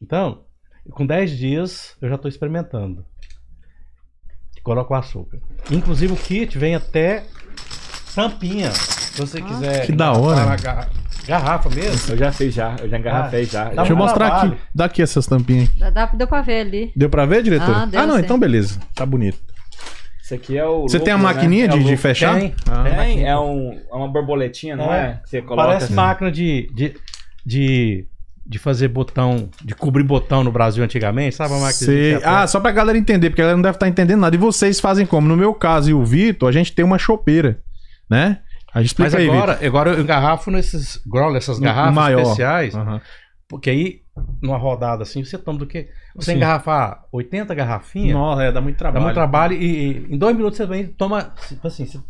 Então, com 10 dias eu já estou experimentando. Coloco o açúcar. Inclusive o kit vem até tampinha. Se você Ah. quiser. que da hora. engarrafar na ga- Garrafa mesmo. Eu já fiz já, eu já Ah, engarrafei já. Dá Deixa eu bom mostrar trabalho. aqui. Dá aqui essas tampinhas. Dá, dá- deu pra ver ali. Deu pra ver, diretor? Ah, deu, não, sim. então beleza. Tá bonito. Isso aqui é o. Você tem a lúpulo, né? maquininha É o de, de lúpulo. fechar? Tem. Ah. Tem. Tem, é, um, é uma borboletinha, não é? É. Você coloca. Parece assim. máquina de, de, de, de fazer botão, de cobrir botão no Brasil antigamente, sabe? A máquina Sei. de Ah, chapéu? só pra galera entender, porque a galera não deve estar entendendo nada. E vocês fazem como? No meu caso e o Vitor, a gente tem uma chopeira, né? A gente Mas explica aí, agora, agora eu engarrafo nesses growler, essas No- garrafas maior. especiais. Vitor. Aham. Porque aí, numa rodada assim, você toma do quê? Você Sim. engarrafar 80 garrafinhas, Nossa, é, dá muito dá trabalho. muito trabalho e, e em dois minutos você vem e toma. tipo Assim, você-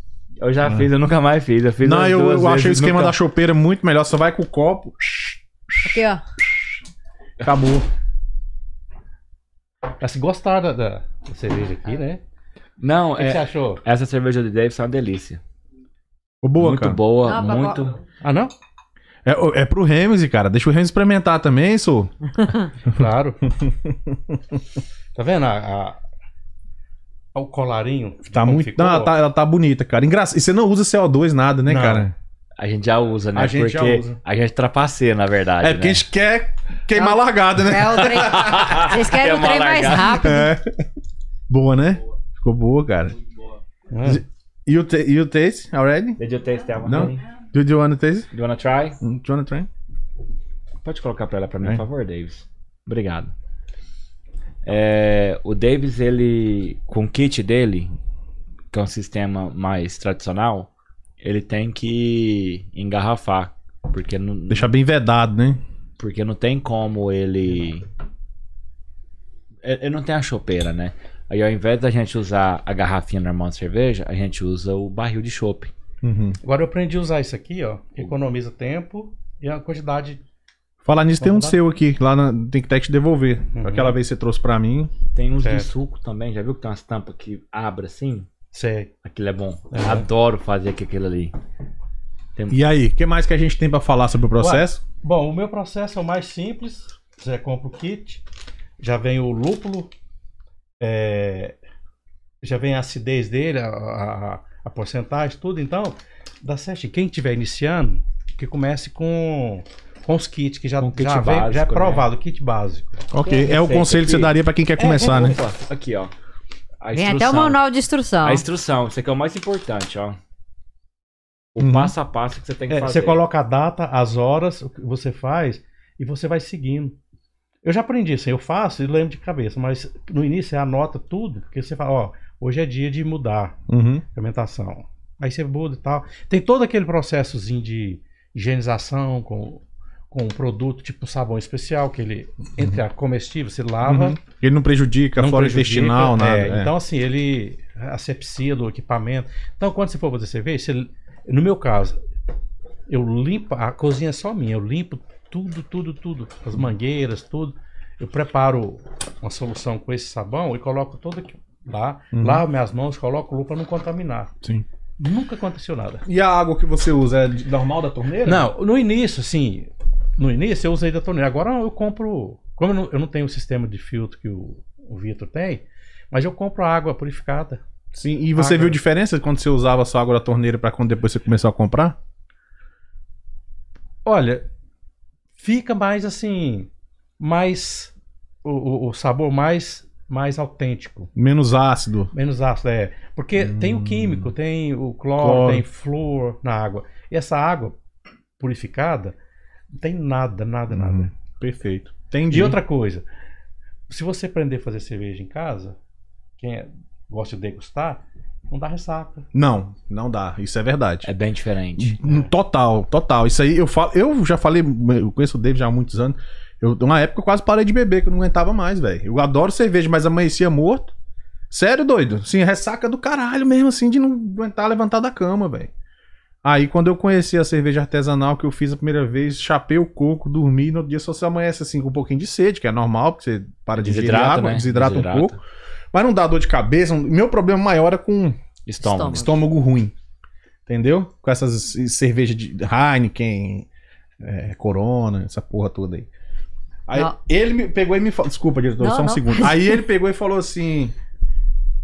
Eu já Ah. fiz, eu nunca mais fiz. Eu fiz Não, umas eu, duas eu achei o vezes, esquema nunca- da chopeira muito melhor. Só vai com o copo, Aqui, ó. acabou. já tá se gostaram da, da cerveja aqui, né? Não, O que, que você é... achou? essa cerveja de Davis é uma delícia. Ô, Boa, muito cara. boa, Não, pra- muito. Ah, não? É, ô, é pro Ramsey, cara. Deixa o Ramsey experimentar também, sou. Claro. tá vendo? A, a- o colarinho. Tá como muito. ficou? Não, ela tá, ela tá bonita, cara. Engraçado. E você não usa CO2, nada, né, Não. cara? A gente já usa, né? A gente já porque usa. a gente trapaceia, na verdade. É porque a né? gente quer queimar a largada, né? É o trem. Vocês querem Quer o trem uma mais largada? rápido. Boa, né? Ficou boa, cara. É. You, ta- you taste already? Did you taste that one? Não? honey? É Do Um you wanna taste? You wanna try? Do you wanna try? Pode colocar pra ela pra mim, É. por favor, Davis. Obrigado. É, o Davis, ele, com o kit dele, que é um sistema mais tradicional, ele tem que engarrafar. Porque não, Deixar bem vedado, né? porque não tem como ele. Ele ele não tem a chopeira, né? Aí ao invés da gente usar a garrafinha normal de cerveja, a gente usa o barril de chope. Uhum. Agora eu aprendi a usar isso aqui, ó. que Economiza tempo e a quantidade. Falar nisso, tem um Vamos lá. seu aqui. Lá na, tem que até te devolver. Uhum. Aquela vez que você trouxe pra mim. Tem uns de Certo. suco também, já viu que tem umas tampas que abre assim? Uhum. Sei. Aquilo é bom. É. Adoro fazer aqui aquilo ali. E aí, o que mais que a gente tem pra falar sobre o processo? Bom, o meu processo é o mais simples. Você compra o kit, já vem o lúpulo, é, já vem a acidez dele, a, a- a porcentagem, tudo. Então, dá certo. Quem estiver iniciando, que comece com, com os kits, que já, Com o kit já, vem- já é básico, né? provado, o kit básico. Ok, é o Perfeito. conselho que você Aqui. daria pra quem quer começar, né? Opa, É, Aqui, ó. A Vem até o manual de instrução. A instrução, isso aqui é o mais importante, ó. O Uhum. passo a passo que você tem que É, fazer. você coloca a data, as horas, o que você faz e você vai seguindo. Eu já aprendi assim, eu faço e lembro de cabeça, mas no início você anota tudo, porque você fala, ó, hoje é dia de mudar Uhum. a fermentação. Aí você muda e tal. Tem todo aquele processozinho de higienização com, com um produto tipo sabão especial, que ele, entre a comestível, você lava, Uhum. Ele não prejudica a não flora prejudica, intestinal, é, nada. é. Então, assim, ele. A sepsia do equipamento. Então, quando você for fazer cerveja, você- no meu caso, eu limpo. A cozinha é só minha. Eu limpo tudo, tudo, tudo. As mangueiras, tudo. Eu preparo uma solução com esse sabão e coloco todo aqui lá. Uhum. Lavo minhas mãos, coloco lupa para não contaminar. Sim. Nunca aconteceu nada. E a água que você usa é de- normal da torneira? Não, no início, assim. No início eu usei da torneira. Agora eu compro. Como eu não, eu não tenho o sistema de filtro que o, o Vitor tem, mas eu compro água purificada. Sim. E você Água. viu diferença quando você usava a sua água da torneira pra quando depois você começou a comprar? Olha, fica mais assim, mais o, o- o sabor mais mais autêntico, Menos ácido. menos ácido, é. Porque tem o químico, tem o cloro, Hum. Cloro. tem flúor na água. E essa água purificada não tem nada, nada, Uhum. nada. Perfeito. Entendi. E outra coisa, se você aprender a fazer cerveja em casa, quem é- gosta de degustar, não dá ressaca. Não, não dá. Isso é verdade. É bem diferente. Hum, Total, total. Isso aí eu falo, eu já falei, eu conheço o David já há muitos anos. Eu, uma época eu quase parei de beber, que eu não aguentava mais, velho. Eu adoro cerveja, mas amanhecia morto. Sério, doido. Assim, ressaca do caralho mesmo, assim, de não aguentar levantar da cama, velho. Aí quando eu conheci a cerveja artesanal que eu fiz a primeira vez, chapei o coco, dormi, no outro dia só se amanhece assim com um pouquinho de sede, que é normal, porque você para de desidrata, Desidrata, água, né? desidrata, um pouco. Mas não dá dor de cabeça. Meu problema maior é com Estômago. estômago ruim. Entendeu? Com essas cervejas de Heineken, é, Corona, essa porra toda aí. Aí Não. ele me pegou e me falou. Desculpa, diretor, Não, só um não. segundo. Aí ele pegou e falou assim: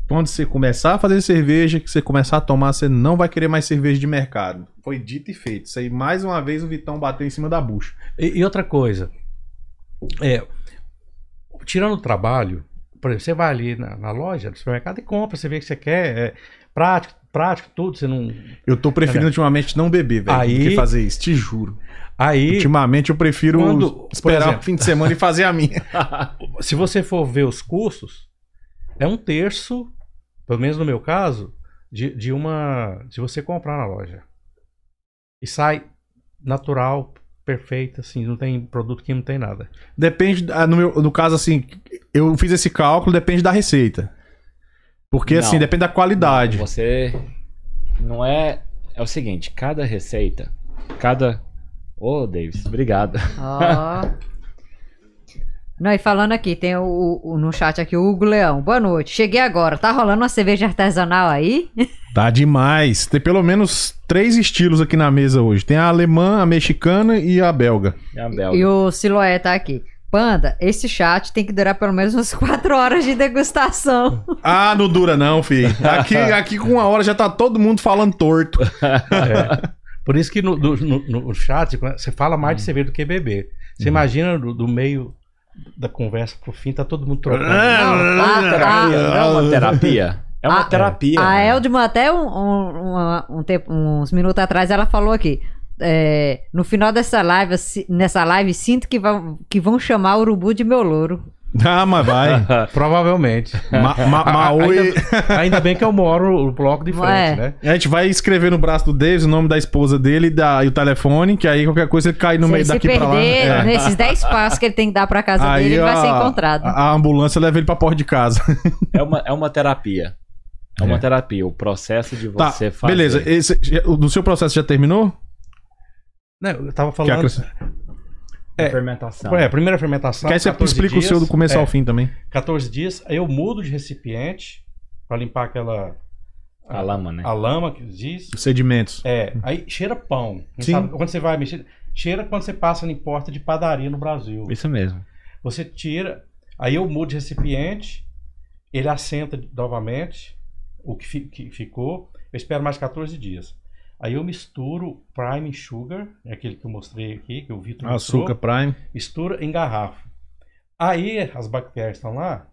quando você começar a fazer cerveja, que você começar a tomar, você não vai querer mais cerveja de mercado. Foi dito e feito. Isso aí, mais uma vez, o Vitão bateu em cima da bucha. E, e outra coisa, é, tirando o trabalho, por exemplo, você vai ali na, na loja, no supermercado e compra, você vê o que você quer, é prático, prático, tudo, você não. Eu tô preferindo ultimamente não beber, velho, Aí- do que fazer isso, te juro. Aí, Ultimamente eu prefiro Quando- por esperar exemplo- o fim de semana e fazer a minha. se você for ver os custos, é um terço, pelo menos no meu caso, de, de uma. de você comprar na loja. E sai natural, perfeito, assim, não tem produto que não tem nada. Depende, ah, no, meu, no caso assim, eu fiz esse cálculo, depende da receita. Porque Não. assim, depende da qualidade. Você não é. É o seguinte, cada receita, cada. Ô, Davis, obrigado. Ó. Não, e falando aqui, tem o, o- o- no chat aqui o Hugo Leão. Boa noite. Cheguei agora. Tá rolando uma cerveja artesanal aí? Tá demais. Tem pelo menos três estilos aqui na mesa hoje. Tem a alemã, a mexicana e a belga. É a Belga. E o Siloé tá aqui. Panda, esse chat tem que durar pelo menos umas 4 horas de degustação. Ah, não dura não, filho. Aqui, aqui com uma hora já tá todo mundo falando torto. É. Por isso que no, do- no- no chat você fala mais Hum. de cerveja do que beber. Você imagina do, do meio da conversa pro fim, tá todo mundo Ah! trocando. Terapia, não é uma terapia. É uma Ah, terapia. A né? Eldman, até um, um- uma- um tempo- uns minutos atrás, ela falou aqui. é, no final dessa live, assim- nessa live, sinto que vão, que vão chamar o urubu de meu louro. Ah, mas vai. Provavelmente. Ma, ma, Maoi. Ainda, ainda bem que eu moro no bloco de frente, É. né? A gente vai escrever no braço do Davis o nome da esposa dele e da- e o telefone, que aí qualquer coisa ele cai no se meio ele se daqui pra lá. perder, né? É. nesses 10 passos que ele tem que dar pra casa dele, ele vai ser encontrado. A, a ambulância leva ele pra porta de casa. É uma, é uma terapia. É uma É. terapia. O processo de Tá, você fazer. beleza. Esse, o do seu processo já terminou? Não, eu tava Quer, falando. acrescentar? A é. fermentação. É, primeira fermentação. Quer que você 14 explica dias, o seu do começo é, ao fim também? 14 dias, aí eu mudo de recipiente pra limpar aquela A lama, né? a lama que diz. Os sedimentos. É, aí cheira pão. Não Sim. sabe- quando você vai mexer, cheira quando você passa em porta de padaria no Brasil. Isso mesmo. Você tira, aí eu mudo de recipiente, Ele assenta novamente o que, fi- que ficou. Eu espero mais 14 dias. Aí eu misturo Prime Sugar, é aquele que eu mostrei aqui, que o Vitor mostrou. Açúcar Prime. mistura em garrafa. Aí as bactérias estão lá,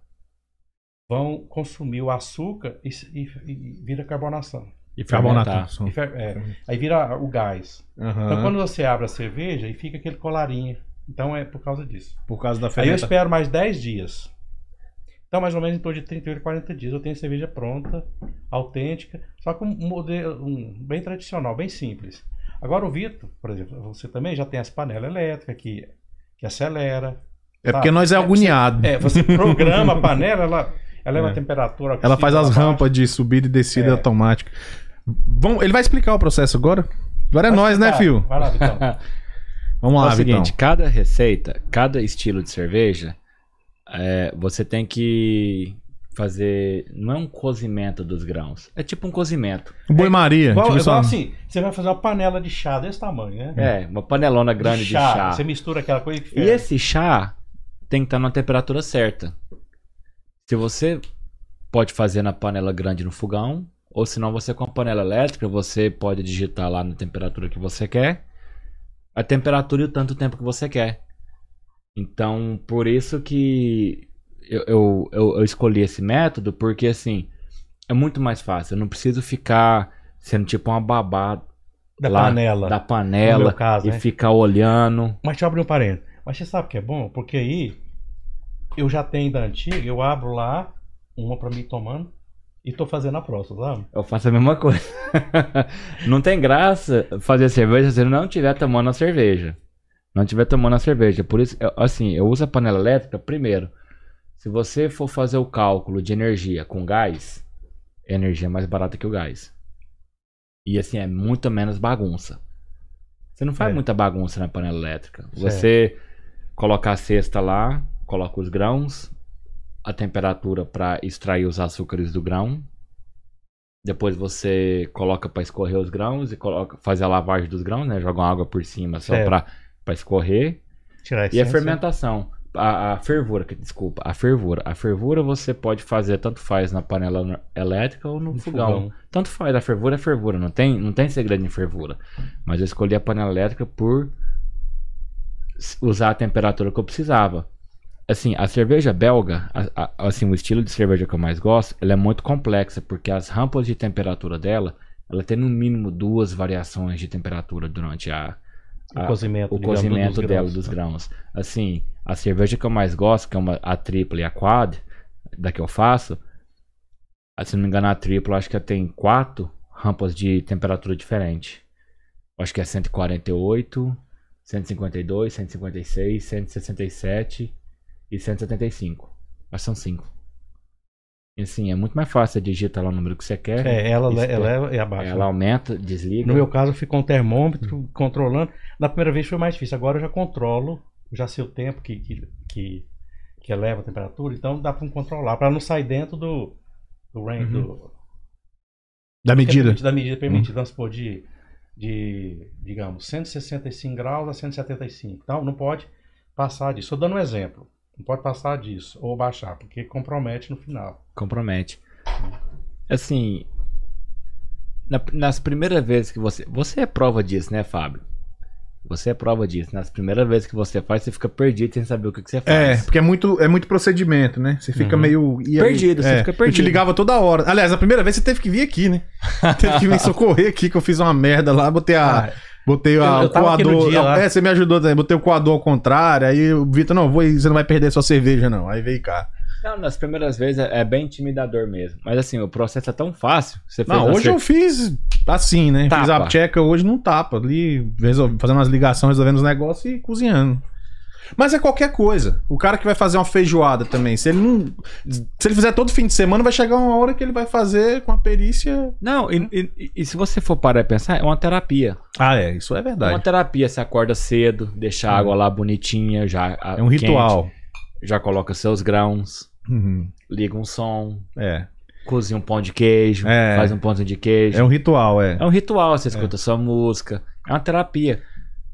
vão consumir o açúcar e, se- e- e vira carbonação. E fermentar. Carbonato. E fer- é, aí vira o gás. Então Hum. Aham. quando você abre a cerveja, e fica aquele colarinho. Então é por causa disso. Por causa da Aí eu fermentação. espero mais 10 dias. Então, mais ou menos em torno de 38 a 40 dias, eu tenho cerveja pronta, autêntica, só com um modelo um, bem tradicional, bem simples. Agora, o Vitor, por exemplo, você também já tem as panelas elétricas que, que acelera. É porque nós é agoniado. tá. É, você programa a panela, ela, ela leva É. a temperatura. Ela faz as baixa. rampas de subida e descida É. automática. Vamos, ele vai explicar o processo agora? Agora é Pode nós, né, ficar. Fio? Vai lá, Vitão. Vamos É lá, o seguinte, Vitão. cada receita, cada estilo de cerveja, é, você tem que fazer. Não é um cozimento dos grãos. É tipo um cozimento. Boi É, Maria. é Igual, tipo deixa eu ver igual só- assim, você vai fazer uma panela de chá desse tamanho, né? É, uma panelona grande de chá. Você mistura aquela coisa E que ferve. esse chá tem que estar na temperatura certa. Se você pode fazer na panela grande no fogão, ou se não você com a panela elétrica, você pode digitar lá na temperatura que você quer, a temperatura e o tanto tempo que você quer. Então, por isso que eu, eu, eu- eu escolhi esse método, porque assim, é muito mais fácil. Eu não preciso ficar sendo tipo uma babá da lá, da panela. no Tá. meu panela caso, e né? ficar olhando. Mas deixa eu abrir um parênteses. Mas você sabe que é bom? Porque aí eu já tenho da antiga, eu abro lá uma pra mim tomando e tô fazendo a próxima, sabe? Eu faço a mesma coisa. não tem graça fazer cerveja se não tiver tomando a cerveja. Não tiver tomando a cerveja. Por isso, eu- assim, eu uso a panela elétrica primeiro. Se você for fazer o cálculo de energia com gás, a energia é mais barata que o gás. E assim, é muito menos bagunça. Você não faz É. muita bagunça na panela elétrica. Certo. Você coloca a cesta lá, coloca os grãos, a temperatura para extrair os açúcares do grão. Depois você coloca para escorrer os grãos e coloca, faz a lavagem dos grãos, né? Joga uma água por cima só Certo. para escorrer. Tirar E é a a essência. fermentação, a, a fervura, que- desculpa, a fervura. A fervura você pode fazer tanto faz na panela no- elétrica ou no, No fogão. Tanto faz, a fervura é fervura, não tem, não tem segredo em fervura. Mas eu escolhi a panela elétrica por s- usar a temperatura que eu precisava. Assim, a cerveja belga, a- a- assim, o estilo de cerveja que eu mais gosto, ela é muito complexa, porque as rampas de temperatura dela, ela tem no mínimo duas variações de temperatura durante a, O a- cozimento, Ah, o digamos, cozimento dos né? dela, grãos. dos grãos. Assim, a cerveja que eu mais gosto, que é uma, a tripla e a quad, da que eu faço, ah, se não me engano, a tripla, acho que ela tem quatro rampas de temperatura diferente. Acho que é 148, 152, 156, 167 e 175. Acho que são cinco. E assim, é muito mais fácil. Você digita lá o número que você quer, É, ela, Isso, ela, ela é abaixo. ela aumenta, desliga. No meu caso, eu fui com um termômetro, controlando. Na primeira vez foi mais difícil, agora eu já controlo, já sei o tempo que, que, que, que eleva a temperatura, então dá pra controlar, pra não sair dentro do, do range, do, é Da medida. da Uhum. medida Uhum. permitida, vamos supor, de, de, digamos, 165 graus a 175. Então, não pode passar disso. Estou dando um exemplo. Não pode passar disso, ou baixar, porque compromete no final. compromete. Assim, na- nas primeiras vezes que você. Você é prova disso, né, Fábio? Você é prova disso. Nas primeiras vezes que você faz, você fica perdido sem saber o que, que você É, faz. porque é muito, é muito procedimento, né? Você fica Uhum. meio. e aí- Perdido, você é, fica Eu te perdido. ligava toda hora. Aliás, a primeira vez você teve que vir aqui, né? teve que me socorrer aqui, que eu fiz uma merda lá, botei a. Botei a- Ah, Eu- eu o tava aqui no coador. dia lá. É, você me ajudou também. Botei o coador ao contrário. Aí o Vitor, não, vou, aí, você não vai perder sua cerveja, não. Aí veio cá. Não, nas primeiras vezes é, é bem intimidador mesmo. Mas assim, o processo é tão fácil. Você fez Não, uma hoje eu fiz assim, né? Fiz Tapa. a checa hoje não tapa. Ali resol- fazendo umas ligações, resolvendo os negócios e cozinhando. Mas é qualquer coisa. O cara que vai fazer uma feijoada também, se ele não. Se ele fizer todo fim de semana, vai chegar uma hora que ele vai fazer com a perícia. Não, e, e- e se você for parar e pensar, é uma terapia. Ah, é, isso é É uma verdade. terapia, você acorda cedo, deixa a água lá bonitinha, já. a- É um ritual. quente, já coloca seus grãos, Uhum. liga um som, É. cozinha um pão de queijo, É. faz um pãozinho de queijo. É um ritual, é. É um ritual, você escuta sua música. É uma terapia.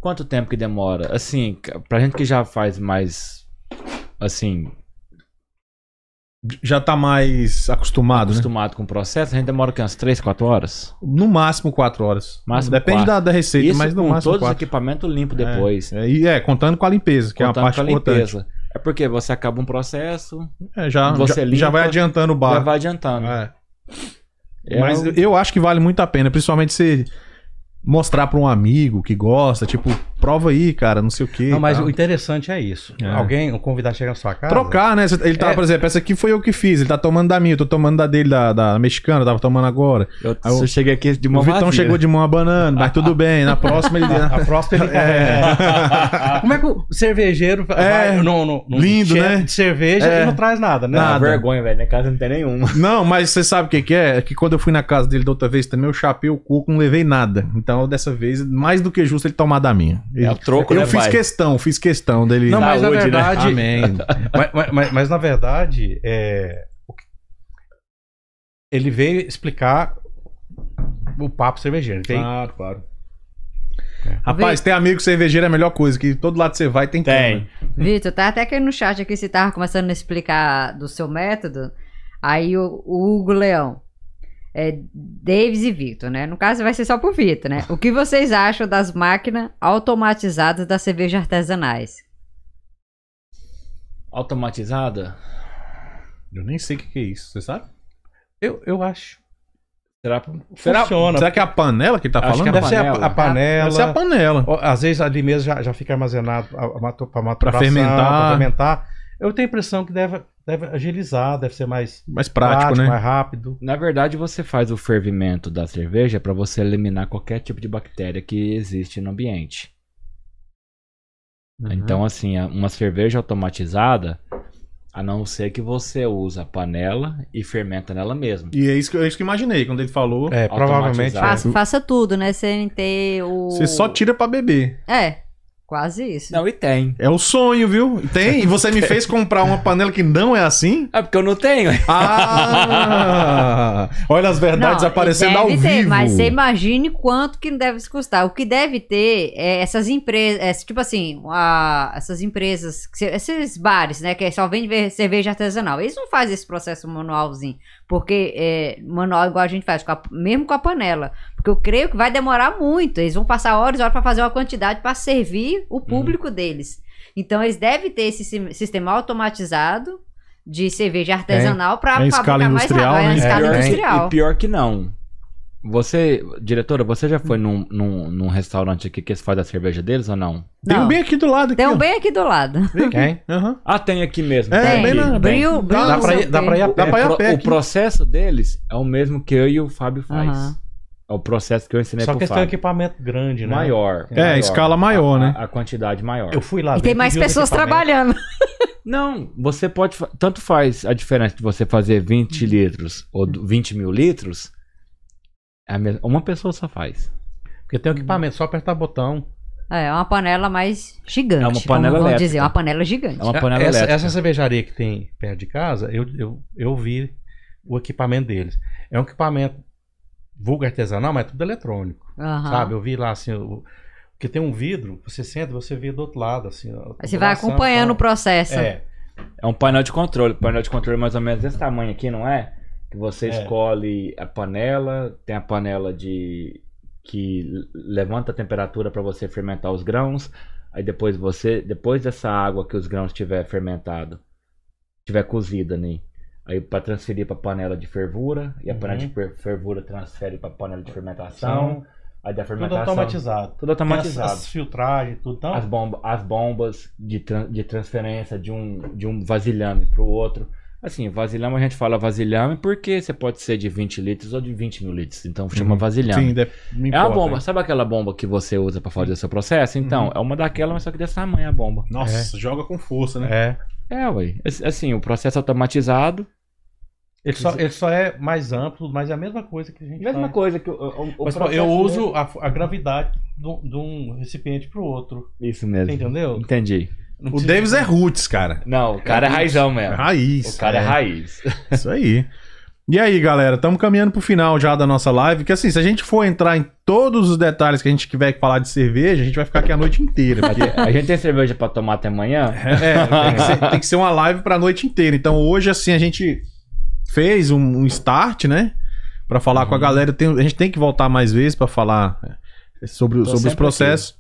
Quanto tempo que demora? Né? Assim, ca- pra gente que já faz mais. Assim. já tá mais acostumado, né? acostumado com o processo, a gente demora o quê? Umas 3, 4 horas? No máximo 4 horas. Máximo Depende quatro. da, da receita, Isso mas no com máximo todos os 4. equipamentos limpos depois. É, e é, contando com a limpeza, que é uma contando parte com a importante. limpeza. É porque você acaba um processo, É, já, Você já, limpa, já vai adiantando o já bar. vai adiantando. É. É Mas o- eu- eu acho que vale muito a pena, principalmente se mostrar pra um amigo que gosta, tipo, prova aí, cara, não sei o quê. Não, mas tal. o interessante é isso. É. Alguém, o convidado chega na sua casa. Trocar, né? Ele tá, É. por exemplo, essa aqui foi eu que fiz, ele tá tomando da minha, eu tô tomando da dele, da, da mexicana, eu tava tomando agora. Eu, Aí se o- eu cheguei aqui de o mão Vitão vazia. chegou de mão a banana, mas tudo bem, na próxima ele. A próxima É. ele Como é que o cervejeiro É. vai no, no, no Lindo, chefe né? de cerveja É. e não traz nada, né? Não, Nada. vergonha, velho. Na casa não tem nenhuma. Não, mas você sabe o que, que é? É que quando eu fui na casa dele da outra vez também, eu chapei o coco, não levei nada. Então, dessa vez, mais do que justo ele tomar da minha. É o troco, eu né, fiz pai? questão, fiz questão dele. Não, mas na Saúde, né? verdade. Amém. Mas- mas- mas- Mas na verdade, é, o que- ele veio explicar o papo cervejeiro. Tem, Claro, claro. Rapaz, ter amigo cervejeiro é a melhor coisa, que todo lado que você vai tem Tem. Vitor, tá até aqui no chat aqui, você tava começando a explicar do seu método. Aí o, o Hugo Leão. É, Davis e Vitor, né? No caso, vai ser só pro Vitor, né? O que vocês acham das máquinas automatizadas da cerveja artesanais? Automatizada? Eu nem sei o que, que é isso, você sabe? eu, eu acho. Será? um Será, Funciona. será que é a panela que ele tá Acho falando? que é deve ser a, panela. a panela. Deve ser a panela. Ó, Às vezes ali mesmo já, já fica armazenado para maturação, fermentar. pra fermentar. Eu tenho a impressão que deve, deve agilizar, deve ser mais Mais prático, né? é. mais rápido. Na verdade, você faz o fervimento da cerveja para você eliminar qualquer tipo de bactéria que existe no ambiente. Então, assim, a- uma cerveja automatizada, a não ser que você usa a panela e fermenta nela mesma. E é isso, que, é isso que eu imaginei quando ele falou. É, provavelmente. Automatizado. Faça, faça tudo, né? Sem ter o. É. Você só tira pra beber. É, quase isso. Não, e tem. É o sonho, viu? Tem? E você me fez comprar uma panela que não é assim? É porque eu não tenho. Ah! Olha as verdades Não, aparecendo deve ao ter, vivo. Mas você imagine quanto que não deve se custar. O que deve ter é essas empresas, é, tipo assim, a- essas empresas, que se- esses bares, né, que só vendem ve- cerveja artesanal. Eles não fazem esse processo manualzinho, porque é, manual igual a gente faz, com a- mesmo com a panela. Porque eu creio que vai demorar muito. Eles vão passar horas e horas para fazer uma quantidade para servir Uhum. o público deles. Então eles devem ter esse sim- sistema automatizado de cerveja artesanal para É em escala industrial, mais rápido, é em né? escala Pior que- industrial. E pior que não. Você, diretora, você já foi num, num, num restaurante aqui que eles fazem a cerveja deles ou não? Tem um Não. bem aqui do lado. Aqui, Tem ó. um bem aqui do lado. Quem? Aham. Ah, tem aqui mesmo. É, tem bem aqui, na- tem. Bril, bril, Dá Dá não pra, sei ir, o dá quê. pra ir a Dá pé. pra ir a Pro- pé o aqui. processo deles é o mesmo que eu e o Fábio faz. Aham. É o processo que eu ensinei Só pro que tem um é Fábio. equipamento grande, né? Maior. É, escala maior, a, né? A, a quantidade maior. Eu fui lá. E tem dentro mais vi os pessoas equipamentos. trabalhando. Não, você pode. fa- Tanto faz a diferença de você fazer 20 litros ou do- 20 mil litros. é a mes- Uma pessoa só faz. Porque tem um equipamento, só apertar botão. É uma panela mais gigante. É uma panela como vão elétrica. dizer, uma panela gigante. É uma panela essa, elétrica. essa cervejaria que tem perto de casa, eu, eu, eu vi o equipamento deles. É um equipamento vulgo artesanal, mas é tudo eletrônico. Aham. Sabe? Eu vi lá assim. O, porque tem um vidro, você senta, você vê do outro lado, assim. ó, Aí Você vai tubulação, acompanhando o tal. processo. É, então. É um painel de controle. Painel de controle é mais ou menos desse tamanho aqui, não é? Que você É. escolhe a panela, tem a panela de que l- levanta a temperatura para você fermentar os grãos. Aí depois você, depois dessa água que os grãos tiver fermentado, tiver cozida, né? Aí para transferir para panela de fervura e a Uhum. panela de fer- fervura transfere para panela de fermentação. são Aí então, da tudo fermentação automatizado. Tem tudo as, automatizado. as filtragens, tudo. Então, As, bomba, as bombas de, tran- de transferência de um, de um vasilhame pro outro. Assim, vasilhame a gente fala vasilhame porque você pode ser de 20 litros ou de 20 mil litros. Então chama Uhum. vasilhame. Sim, deve- não é uma importa, Uhum. bomba. né? Sabe aquela bomba que você usa pra fazer o seu processo? Então, é uma daquela, mas só que desse tamanho a bomba. Nossa, joga com força, né? é. É, ué. Ass- Assim, o processo automatizado. Ele só, ele só é mais amplo, mas é a mesma coisa que a gente Ah. Mesma faz. coisa que o, o, o Mas, pô, processo eu mesmo. uso a, a gravidade do- de um recipiente pro outro. Isso Você mesmo. Entendeu? Entendi. Não O precisa- é Davis é roots, cara. Não, o cara é raizão É mesmo. raiz. O cara é é. raiz. Isso aí. E aí, galera, estamos caminhando pro final já da nossa live. Que assim, se a gente for entrar em todos os detalhes que a gente tiver que falar de cerveja, a gente vai ficar aqui a noite inteira. Porque A gente tem cerveja pra tomar até amanhã? É, tem que, ser, tem que ser uma live pra noite inteira. Então hoje, assim, a gente fez um, um start, né? Pra falar com a galera. Tem- a gente tem que voltar mais vezes pra falar é, sobre, o- Tô sobre os sempre processos.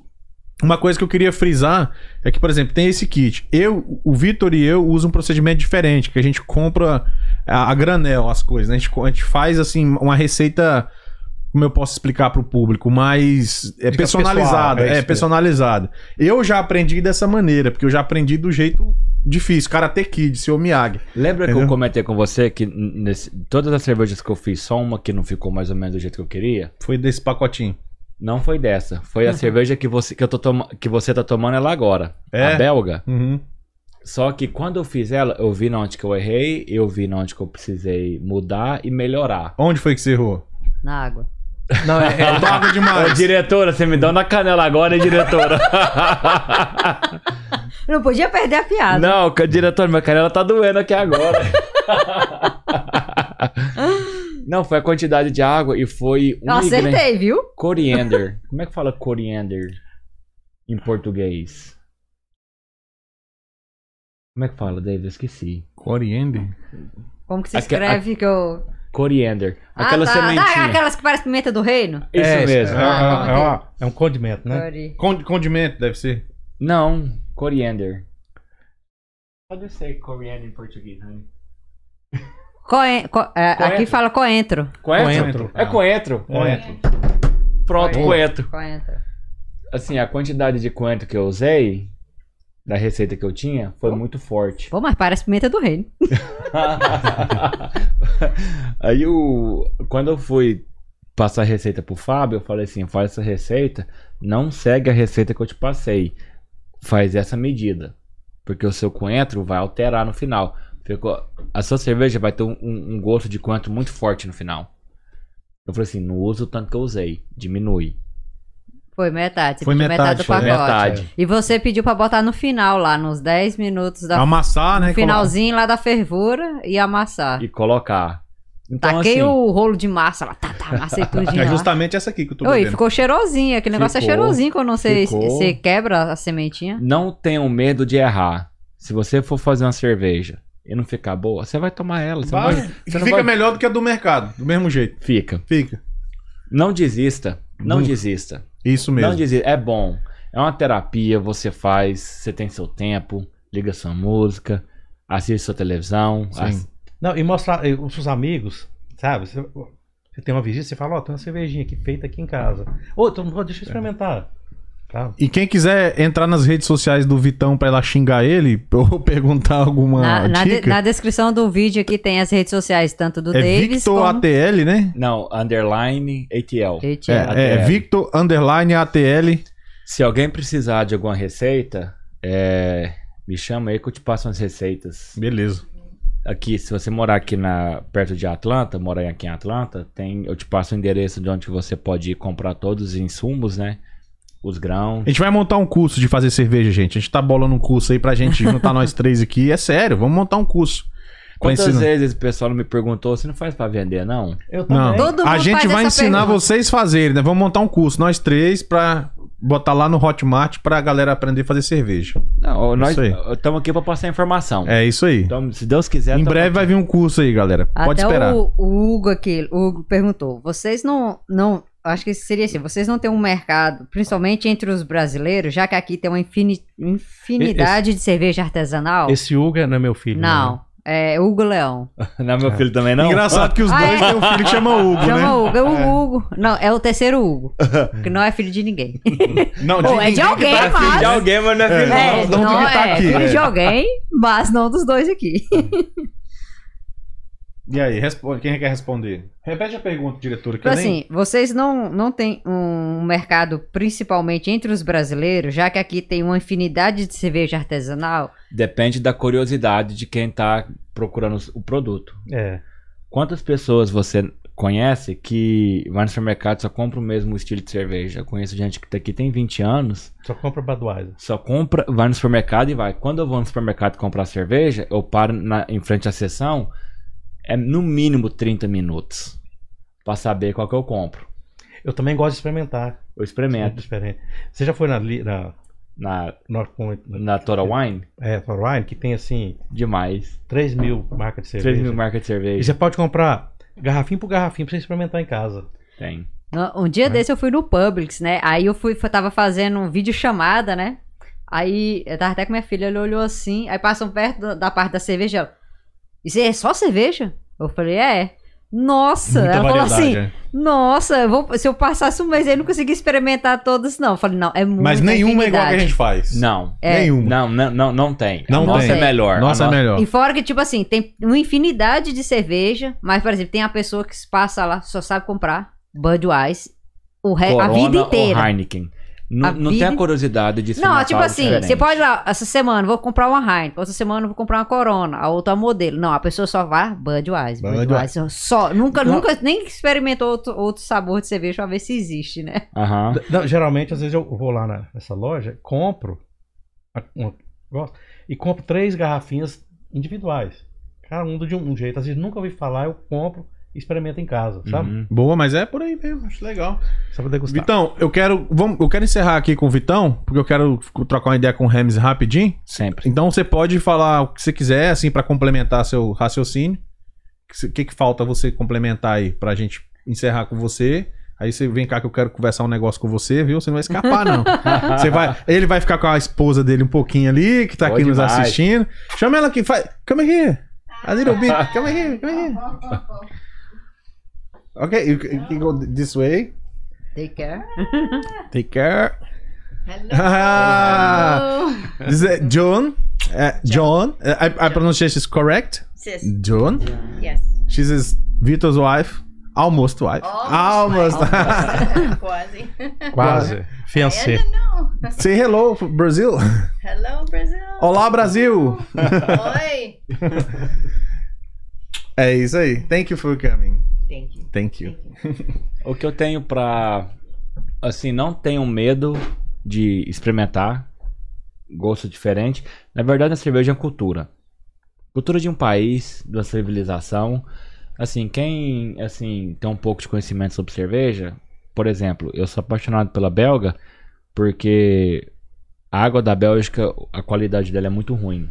Uma coisa que eu queria frisar é que, por exemplo, tem esse kit. Eu, o Vitor e eu usa um procedimento diferente, que a gente compra a, a granel as coisas, né? A gente, co- a gente faz, assim, uma receita, como eu posso explicar pro público, mais é, Fica personalizada. pessoal, é isso é, mesmo. personalizada. Eu já aprendi dessa maneira, porque eu já aprendi do jeito difícil. Karate Kid, seu Miyagi. Lembra que Entendeu? eu comentei com você que n- nesse- todas as cervejas que eu fiz, só uma que não ficou mais ou menos do jeito que eu queria? Foi desse pacotinho. Não foi dessa. Foi Uhum. a cerveja que você, que, eu tô toma- que você tá tomando ela agora. É? A belga. Uhum. Só que quando eu fiz ela, eu vi na onde que eu errei, eu vi na onde que eu precisei mudar e melhorar. Onde foi que você errou? na água. Não, é, é água Ô, demais. diretora, você me dá na canela agora, hein, diretora? Eu não podia perder a piada. Não, ca- diretor, minha canela tá doendo aqui agora. Não, foi a quantidade de água e foi um Eu migrante- acertei, viu? coriander. Como é que fala coriander em português? Como é que fala, David? Eu esqueci. Coriander? Como que se Aque- escreve que eu. Coriander. Aquela ah, tá. Ah, sementinha. aquelas que parecem pimenta do reino? Isso é, mesmo. É, Ah, é- é uma- é um condimento, né? Sorry. Con- condimento, deve ser. Não, coriander. Pode ser coriander em português, né? Coen- co- é, Coentro. aqui fala coentro. Coentro? Coentro. É coentro. É. Pronto, Coentro. coentro. Coentro. Assim, a quantidade de coentro que eu usei, da receita que eu tinha, Oh. foi muito forte. Pô, mas parece pimenta do reino. Aí o. Quando eu fui passar a receita pro Fábio, eu falei assim: faz essa receita, não segue a receita que eu te passei. Faz essa medida. Porque o seu coentro vai alterar no final. Ficou, a sua cerveja vai ter um, um- um gosto de coentro muito forte no final. Eu falei assim: não usa o tanto que eu usei, diminui. Foi metade. Você Foi pediu metade, do foi pacote. Metade. E você pediu pra botar no final lá, nos 10 minutos da Amassar, né? no finalzinho lá da fervura e amassar. E colocar. Então, Taquei assim, o rolo de massa lá, tá, tá, amassei tudinho É lá. justamente essa aqui que eu tô Oi, bebendo. ficou cheirosinho. Aquele negócio é Ficou, cheirosinho quando você, ficou. você quebra a sementinha. Não tenham medo de errar. Se você for fazer uma cerveja e não ficar boa, você vai tomar ela. Você não Vai. vai- você não Fica vai- melhor do que a do mercado, do mesmo jeito. Fica. Fica. Não desista. Não Nunca. desista. Isso mesmo. Não desista. É bom. É uma terapia, você faz, você tem seu tempo, liga sua música, assiste sua televisão. Sim. ass- Não, e mostrar eh, os seus amigos, sabe? Você, você tem uma visita, você fala, ó, tem uma cervejinha aqui feita aqui em casa. Ô, então, ó, É. deixa eu experimentar. Tá? E quem quiser entrar nas redes sociais do Vitão pra ir lá xingar ele ou perguntar alguma na, na de- dica, na descrição do vídeo aqui tem as redes sociais, tanto do é Davis Victor como... ATL, né? Não, underline ATL. Eita. É, é ATL. Victor underline ATL. Se alguém precisar de alguma receita, é, me chama aí que eu te passo umas receitas. Beleza. aqui, se você morar aqui na, perto de Atlanta, morar aqui em Atlanta, tem, eu te passo o endereço de onde que você pode ir comprar todos os insumos, né? Os grãos. A gente vai montar um curso de fazer cerveja, gente. A gente tá bolando um curso aí pra gente juntar nós três aqui. É sério, vamos montar um curso. pra Quantas ensinar. vezes o pessoal me perguntou, você não faz pra vender, não? Eu Não, Todo mundo a gente faz vai essa ensinar pergunta. vocês a fazerem, né? Vamos montar um curso, nós três, pra botar lá no Hotmart pra galera aprender a fazer cerveja. Não, nós Isso aí. estamos aqui pra passar informação. É isso aí. Então, se Deus quiser... em tamo breve vai aqui. vir um curso aí, galera. Pode Até esperar. O, o Hugo aqui, o Hugo perguntou: vocês não, não. Acho que seria assim, vocês não têm um mercado, principalmente entre os brasileiros, já que aqui tem uma infini- infinidade de cerveja artesanal? Esse Hugo é- não é meu filho. né? não, é Hugo Leão. Não, meu filho também não? Engraçado que os Ah, dois é? têm um filho que chama Hugo, Chama né? Hugo, é o Hugo. Não, é o terceiro Hugo, que não é filho de ninguém. Não, Ou é de ninguém que alguém, tá mas- aqui. De alguém, mas não é filho É. não. não do que tá é aqui, filho é. de alguém, mas não dos dois aqui. E aí, responde. quem é quer responder? Repete a pergunta, diretor, que Então, eu nem... assim, vocês não, não têm um mercado principalmente entre os brasileiros, já que aqui tem uma infinidade de cerveja artesanal? Depende da curiosidade de quem tá procurando os- o produto. É. Quantas pessoas você conhece que vai no supermercado e só compra o mesmo estilo de cerveja? Eu conheço gente que tá aqui tem 20 anos, Só compra Budweiser. só compra, vai no supermercado e vai. Quando eu vou no supermercado comprar cerveja, eu paro na- em frente à sessão, é no mínimo 30 minutos pra saber qual que eu compro. Eu também gosto de experimentar. Sempre Eu experimento diferente. Você já foi na, li- na na, North Point, na, na Total Wine é, Thor Wine, que tem assim, demais. 3 mil marcas de 3 cerveja. mil marcas de E cerveja. você pode comprar garrafinha por garrafinha pra você experimentar em casa. Tem. No- Um Né? dia desse eu fui no Publix, né? Aí eu fui, eu tava fazendo um vídeo chamada, né? Aí eu tava até com minha filha, ela olhou assim, aí passam perto da- da parte da cerveja, ela, isso é só cerveja? Eu falei, é. Nossa, ela falou assim, né? nossa, eu vou- se eu passasse um mês aí eu não conseguia experimentar todas, não. Eu falei, não, é muito. Mas nenhuma é igual a que a gente faz. Não. É. Nenhuma. Não, não, não, não tem. Não a nossa tem. é melhor. Nossa, a é nossa- melhor. E fora que, tipo assim, tem uma infinidade de cerveja, mas, por exemplo, tem a pessoa que passa lá, só sabe comprar Budweiser o re... É, a Corona vida ou inteira. Heineken. N- A não vida- tem a curiosidade de Não, é experimentar tipo algo assim, diferente. você pode ir lá, essa semana eu vou comprar uma Heineken, outra semana eu vou comprar uma Corona, a outra é um modelo. Não, a pessoa só vai Budweiser, Budweiser. Budweiser, só. Nunca, Não. nunca nem experimentou outro, outro sabor de cerveja pra ver se existe, né? Aham. Não, geralmente, às vezes eu vou lá na- nessa loja, compro a- uma- gosto, e compro três garrafinhas individuais. Cada um de um jeito. Às vezes nunca ouvi falar, eu compro e experimento em casa, sabe? Uhum. Boa, mas é por aí mesmo. Acho legal. Só pra degustar. Vitão, eu quero. Vamos, eu quero encerrar aqui com o Vitão, porque eu quero f- trocar uma ideia com o Remes rapidinho. Sempre. Então você pode falar o que você quiser, assim, pra complementar seu raciocínio. O que, que, que falta você complementar aí pra gente encerrar com você? Aí você vem cá que eu quero conversar um negócio com você, viu? Você não vai escapar, não. Você vai, ele vai ficar com a esposa dele um pouquinho ali, que tá Boa aqui nos demais. assistindo. Chama ela aqui, faz. Come aqui. A little bit. Come aqui, come aqui. Ok, you can you can go this way. Take care. Take care. Ah, this is John. Uh, John. Uh, I, I pronunciation is correct. Sis. John. Yes. She's his Vitor's wife. Almost wife. Almost. Almost. Almost. Quasi. Quase. Fiancé. I don't know. Say hello, for Brazil. Hello, Brazil. Olá, Brasil. Oi. É isso aí. Thank you for coming. Thank you. Thank you. O que eu tenho pra. Assim, não tenho medo de experimentar gosto diferente. Na verdade, a cerveja é uma cultura. Cultura de um país, da civilização. Assim, quem assim tem um pouco de conhecimento sobre cerveja, por exemplo, eu sou apaixonado pela belga porque a água da Bélgica, a qualidade dela é muito ruim.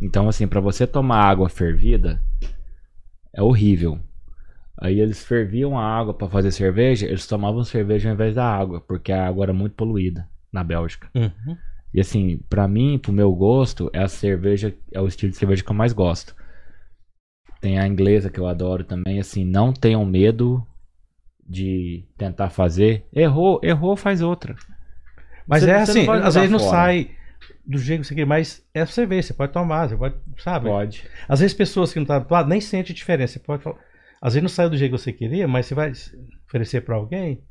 Então, assim, pra você tomar água fervida, é horrível. Aí eles ferviam a água pra fazer cerveja, eles tomavam cerveja ao invés da água, porque a água era muito poluída na Bélgica. Uhum. E assim, pra mim, pro meu gosto, é a cerveja, é o estilo de cerveja que eu mais gosto. Tem a inglesa que eu adoro também, assim, não tenham medo de tentar fazer. Errou, errou, faz outra. Mas Você- é você não assim, pode às jogar vezes não fora. sai do jeito que você quer, mas é pra você ver, você pode tomar, você pode, sabe? Pode. Às vezes pessoas que não estão habituadas nem sentem diferença. Você pode falar. Às vezes não sai do jeito que você queria, mas você vai oferecer pra alguém.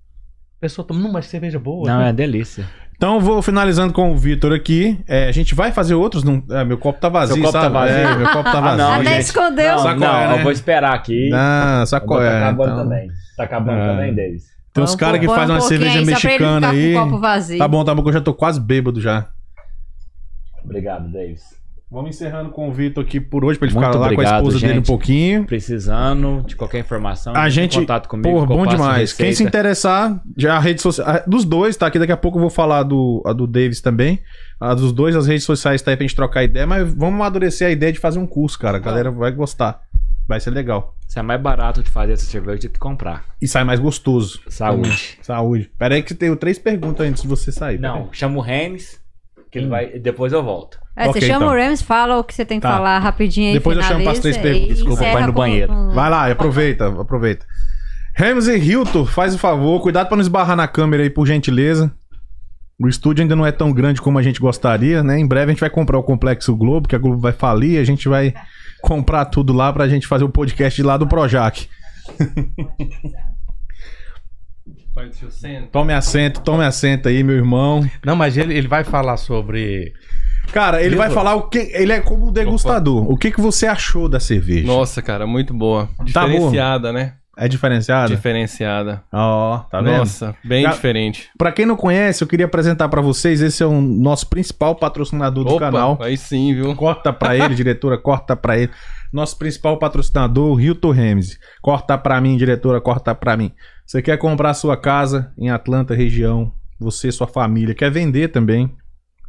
A pessoa toma, não, mas cerveja boa. Não, é uma delícia. Então vou finalizando com o Vitor aqui. É, a gente vai fazer outros. Não... é, meu copo tá vazio, Seu copo tá sabe? vazio. É, meu copo tá vazio. não, Até um- gente. escondeu. Não, Sabe qual não, é, né? eu vou esperar aqui. Ah, Eu sabe vou qual tá é? acabando então. também. Tá acabando Ah. também deles. Tem uns caras que Põe um fazem uma pouquinho cerveja aí, só pra ele ficar mexicana com o aí. copo vazio. Tá bom, tá bom, que eu já tô quase bêbado já. Obrigado, Davis. Vamos encerrando com o Vitor aqui por hoje, pra ele Muito ficar lá com a obrigado, esposa dele um gente. pouquinho. Precisando de qualquer informação, A entre em gente- contato comigo. Pô, que eu bom passo demais. Quem se receita. interessar, já a rede social. a- Dos dois, tá? Aqui daqui a pouco eu vou falar do, a do Davis também. A dos dois, as redes sociais tá aí pra gente trocar ideia, mas vamos amadurecer a ideia de fazer um curso, cara. A galera vai gostar. Vai ser legal. Isso é mais barato de fazer essa cerveja do que comprar. E sai mais gostoso. Saúde. Saúde. Pera aí que eu tenho três perguntas antes de você sair. pera aí. Não, chama o Renes, que ele vai. Depois eu volto. É, Ok, você chama então. o Rams, fala o que você tem que Tá. falar rapidinho aí, Depois eu chamo finaliza pras três e perguntas. Desculpa, encerra vai no com- banheiro. com- Vai lá, aproveita, aproveita. Rams e Hilton, faz o favor, cuidado pra não esbarrar na câmera aí, por gentileza. O estúdio ainda não é tão grande como a gente gostaria, né? Em breve a gente vai comprar o Complexo Globo, que a Globo vai falir, a gente vai comprar tudo lá pra gente fazer o podcast de lá do Projac. Tome assento, tome assento aí, meu irmão. Não, mas ele, ele vai falar sobre. Cara, ele vai Hilton. falar o que. Ele é como um degustador. O que, que você achou da cerveja? Nossa, cara, muito boa. Tá boa. Diferenciada, né? É diferenciada? Diferenciada. Ó, tá vendo? Nossa, bem Já- diferente. Pra quem não conhece, eu queria apresentar pra vocês, esse é o nosso principal patrocinador do canal. Aí sim, viu? Corta pra ele, diretora, corta pra ele. Nosso principal patrocinador, o Hilton Remes. Corta pra mim, diretora, corta pra mim. Você quer comprar sua casa em Atlanta, região, você, sua família, quer vender também?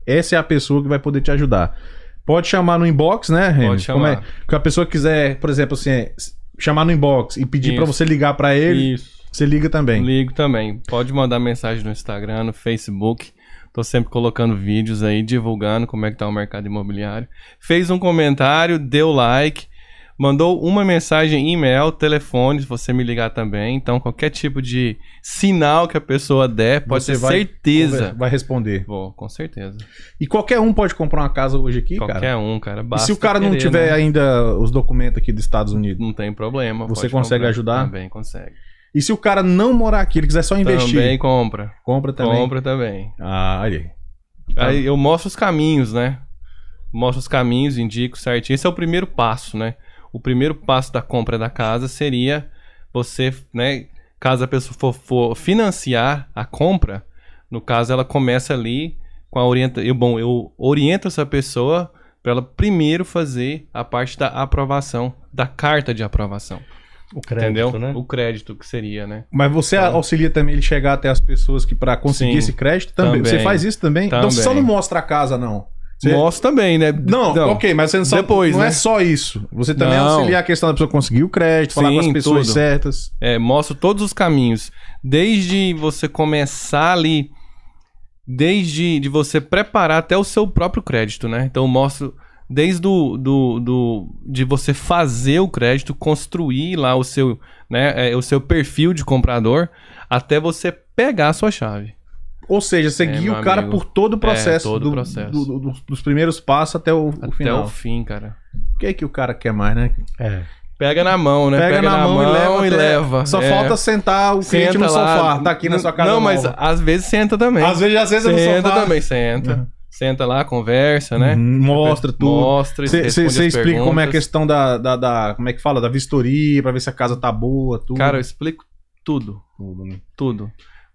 Essa é a pessoa que vai poder te ajudar. Pode chamar no inbox, né, Remes? Pode Como chamar. é? Que a pessoa quiser, por exemplo, assim, é, s- chamar no inbox e pedir pra Isso. você ligar pra ele, Isso. você liga também. Ligo também. Pode mandar mensagem no Instagram, no Facebook. Tô sempre colocando vídeos aí, divulgando como é que tá o mercado imobiliário. Fez um comentário, deu like, mandou uma mensagem, e-mail, telefone, se você me ligar também. Então, qualquer tipo de sinal que a pessoa der, pode Você ter vai certeza. Vai responder. Vou, com certeza. E qualquer um pode comprar uma casa hoje aqui, qualquer cara. um, cara. E Basta se o cara não querer, tiver né? ainda os documentos aqui dos Estados Unidos? Não tem problema. Você pode consegue comprar. ajudar? Também consegue. E se o cara não morar aqui, ele quiser só investir? Também compra. Compra também. Compra também. Ah, olha aí. Ah. Aí eu mostro os caminhos, né? Mostro os caminhos, indico certinho. Esse é o primeiro passo, né? O primeiro passo da compra da casa seria você, né? Caso a pessoa for, for financiar a compra, no caso ela começa ali com a orienta. Eu, bom, eu oriento essa pessoa para ela primeiro fazer a parte da aprovação, da carta de aprovação, O crédito, entendeu? né? O crédito que seria, né? Mas você auxilia também ele chegar até as pessoas que pra conseguir Sim. esse crédito também. Também. Você faz isso também? Então você só não Também. mostra a casa, não. Você- Mostro também, né? Não, ok, mas você não, só, Depois, não né? é só isso. Você também Não. auxilia a questão da pessoa conseguir o crédito, falar Sim, com as pessoas tudo. certas. É, mostro todos os caminhos. Desde você começar ali, desde de você preparar até o seu próprio crédito, né? Então eu mostro desde do, do, do- de você fazer o crédito, construir lá o seu, né, é, o seu perfil de comprador, até você pegar a sua chave. Ou seja, você É, guia meu o cara amigo. É, por todo o processo, todo o do- processo. do- do- dos- dos primeiros passos até o, o Até final. o fim, cara. O que é que o cara quer mais, né? É. Pega na mão, né? Pega na mão e leva até- Só É. falta sentar o cliente Senta no lá. sofá, tá aqui na sua casa. Não, mas nova. às vezes senta também. às vezes já senta, no senta sofá. também, senta. Uhum. Senta lá, conversa, né? Uhum, Mostra tudo. Mostra, Você responde as explica como é a perguntas. questão da, da, da- Como é que fala? Da vistoria, pra ver se a casa tá boa, tudo. Cara, eu explico tudo. Tudo.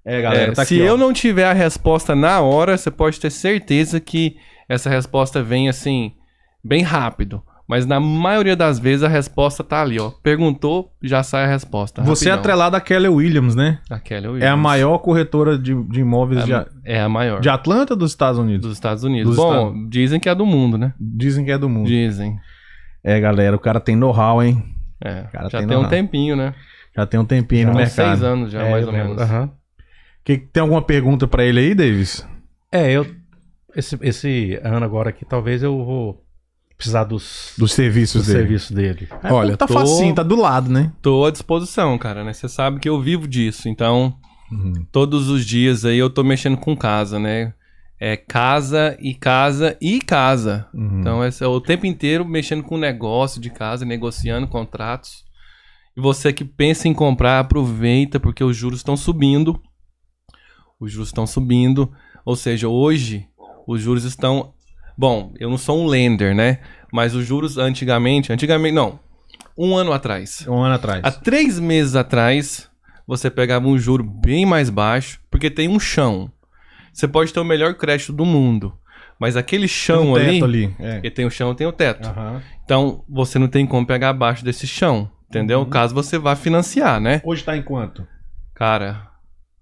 é, galera, É, tá se aqui. ó. eu não tiver a resposta na hora, você pode ter certeza que essa resposta vem assim, bem rápido. Mas na maioria das vezes a resposta tá ali, ó. Perguntou, já sai a resposta. Você é rapidão. atrelado à Keller Williams, né? A Keller É a Williams. maior corretora de, de imóveis de, É a maior. de Atlanta ou dos Estados Unidos? Dos Estados Dos Unidos. Bom, dizem que é do mundo, né? Dizem que é do mundo. Dizem. É, galera, o cara tem know-how, hein? É. Cara, tem já tem, não um nada. tempinho, né? Já tem um tempinho no Uns mercado. Tá seis anos já, É, mais eu ou lembro. menos. Aham. Que, tem alguma pergunta pra ele aí, Davis? É, eu. Esse, esse ano agora aqui, talvez eu vou precisar dos, Dos serviços dos dele. serviços dele. Olha, tá tô- facinho, tá do lado, né? Tô à disposição, cara, né? Você sabe que eu vivo disso, então Uhum. todos os dias aí eu tô mexendo com casa, né? É casa e casa e casa. Uhum. Então esse é o tempo inteiro mexendo com o negócio de casa, negociando contratos. E você que pensa em comprar, aproveita porque os juros estão subindo. Os juros estão subindo, ou seja, hoje os juros estão Bom, eu não sou um lender, né? Mas os juros antigamente, antigamente não, um ano atrás. Um ano atrás. Há três meses atrás, você pegava um juro bem mais baixo, porque tem um chão. Você pode ter o melhor crédito do mundo, mas aquele chão um ali, teto ali. É. porque tem o chão, tem o teto. Aham. Então, você não tem como pegar abaixo desse chão, entendeu? Caso você vá financiar, né? Hoje tá em É quanto? Cara,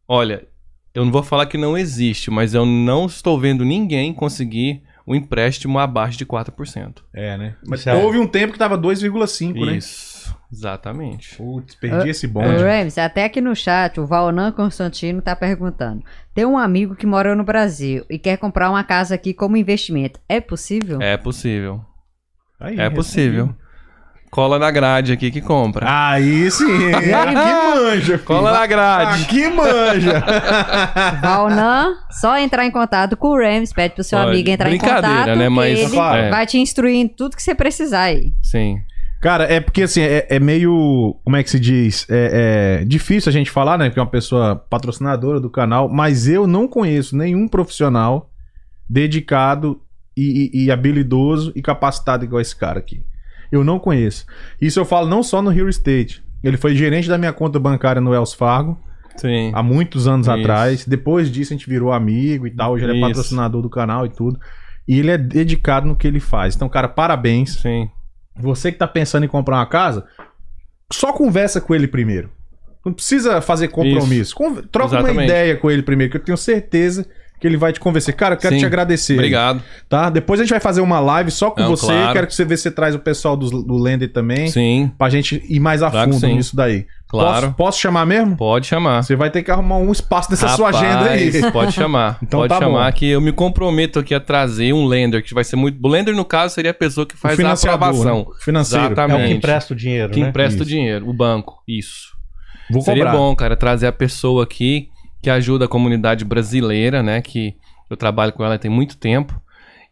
olha, eu não vou falar que não existe, mas eu não estou vendo ninguém conseguir um empréstimo abaixo de 4%. É, né? Mas Mas é- houve um tempo que tava 2,5, né? Isso, exatamente. Putz, perdi É, esse bonde. Ô, Rems, até aqui no chat, o Valnan Constantino tá perguntando. Tem um amigo que mora no Brasil e quer comprar uma casa aqui como investimento. É possível? É possível. Aí, É possível. Cola na grade aqui que compra. Aí sim. Aqui manja, filho. Cola na grade. Aqui manja. Valnan, só entrar em contato com o Rems, pede pro seu Olha, amigo entrar em brincadeira, contato né, que mas- ele Claro. vai te instruir em tudo que você precisar aí. Sim. Cara, é porque assim, é, é meio. Como é que se diz? É, é difícil a gente falar, né? Porque é uma pessoa patrocinadora do canal, mas eu não conheço nenhum profissional dedicado e, e- e habilidoso e capacitado igual esse cara aqui. Eu não conheço. Isso eu falo não só no Real Estate. Ele foi gerente da minha conta bancária no Wells Fargo Sim. há muitos anos Isso. atrás. Depois disso a gente virou amigo e tal. Hoje ele é Isso. patrocinador do canal e tudo. E ele é dedicado no que ele faz. Então, cara, parabéns. Sim. Você que tá pensando em comprar uma casa, só conversa com ele primeiro. Não precisa fazer compromisso. Con- Troca uma Exatamente. ideia com ele primeiro, que eu tenho certeza que ele vai te convencer. Cara, eu quero Sim. te agradecer. Obrigado. Tá? Depois a gente vai fazer uma live só com Não, você. claro. Quero que você vê se você traz o pessoal do, do Lender também. Sim, Pra gente ir mais a Claro que fundo sim. nisso daí. claro. Posso, posso chamar mesmo? Pode chamar. Você vai ter que arrumar um espaço nessa sua agenda aí. Rapaz, Pode chamar. Então pode tá chamar que eu me comprometo aqui a trazer um lender, que vai ser muito. O lender, no caso, seria a pessoa que faz a aprovação. né? Financeiro. É o que Exatamente. empresta o dinheiro, Que né? empresta Isso. o dinheiro, o banco. Isso. É, Vou Seria cobrar. bom, cara, trazer a pessoa aqui que ajuda a comunidade brasileira, né? Que eu trabalho com ela tem muito tempo.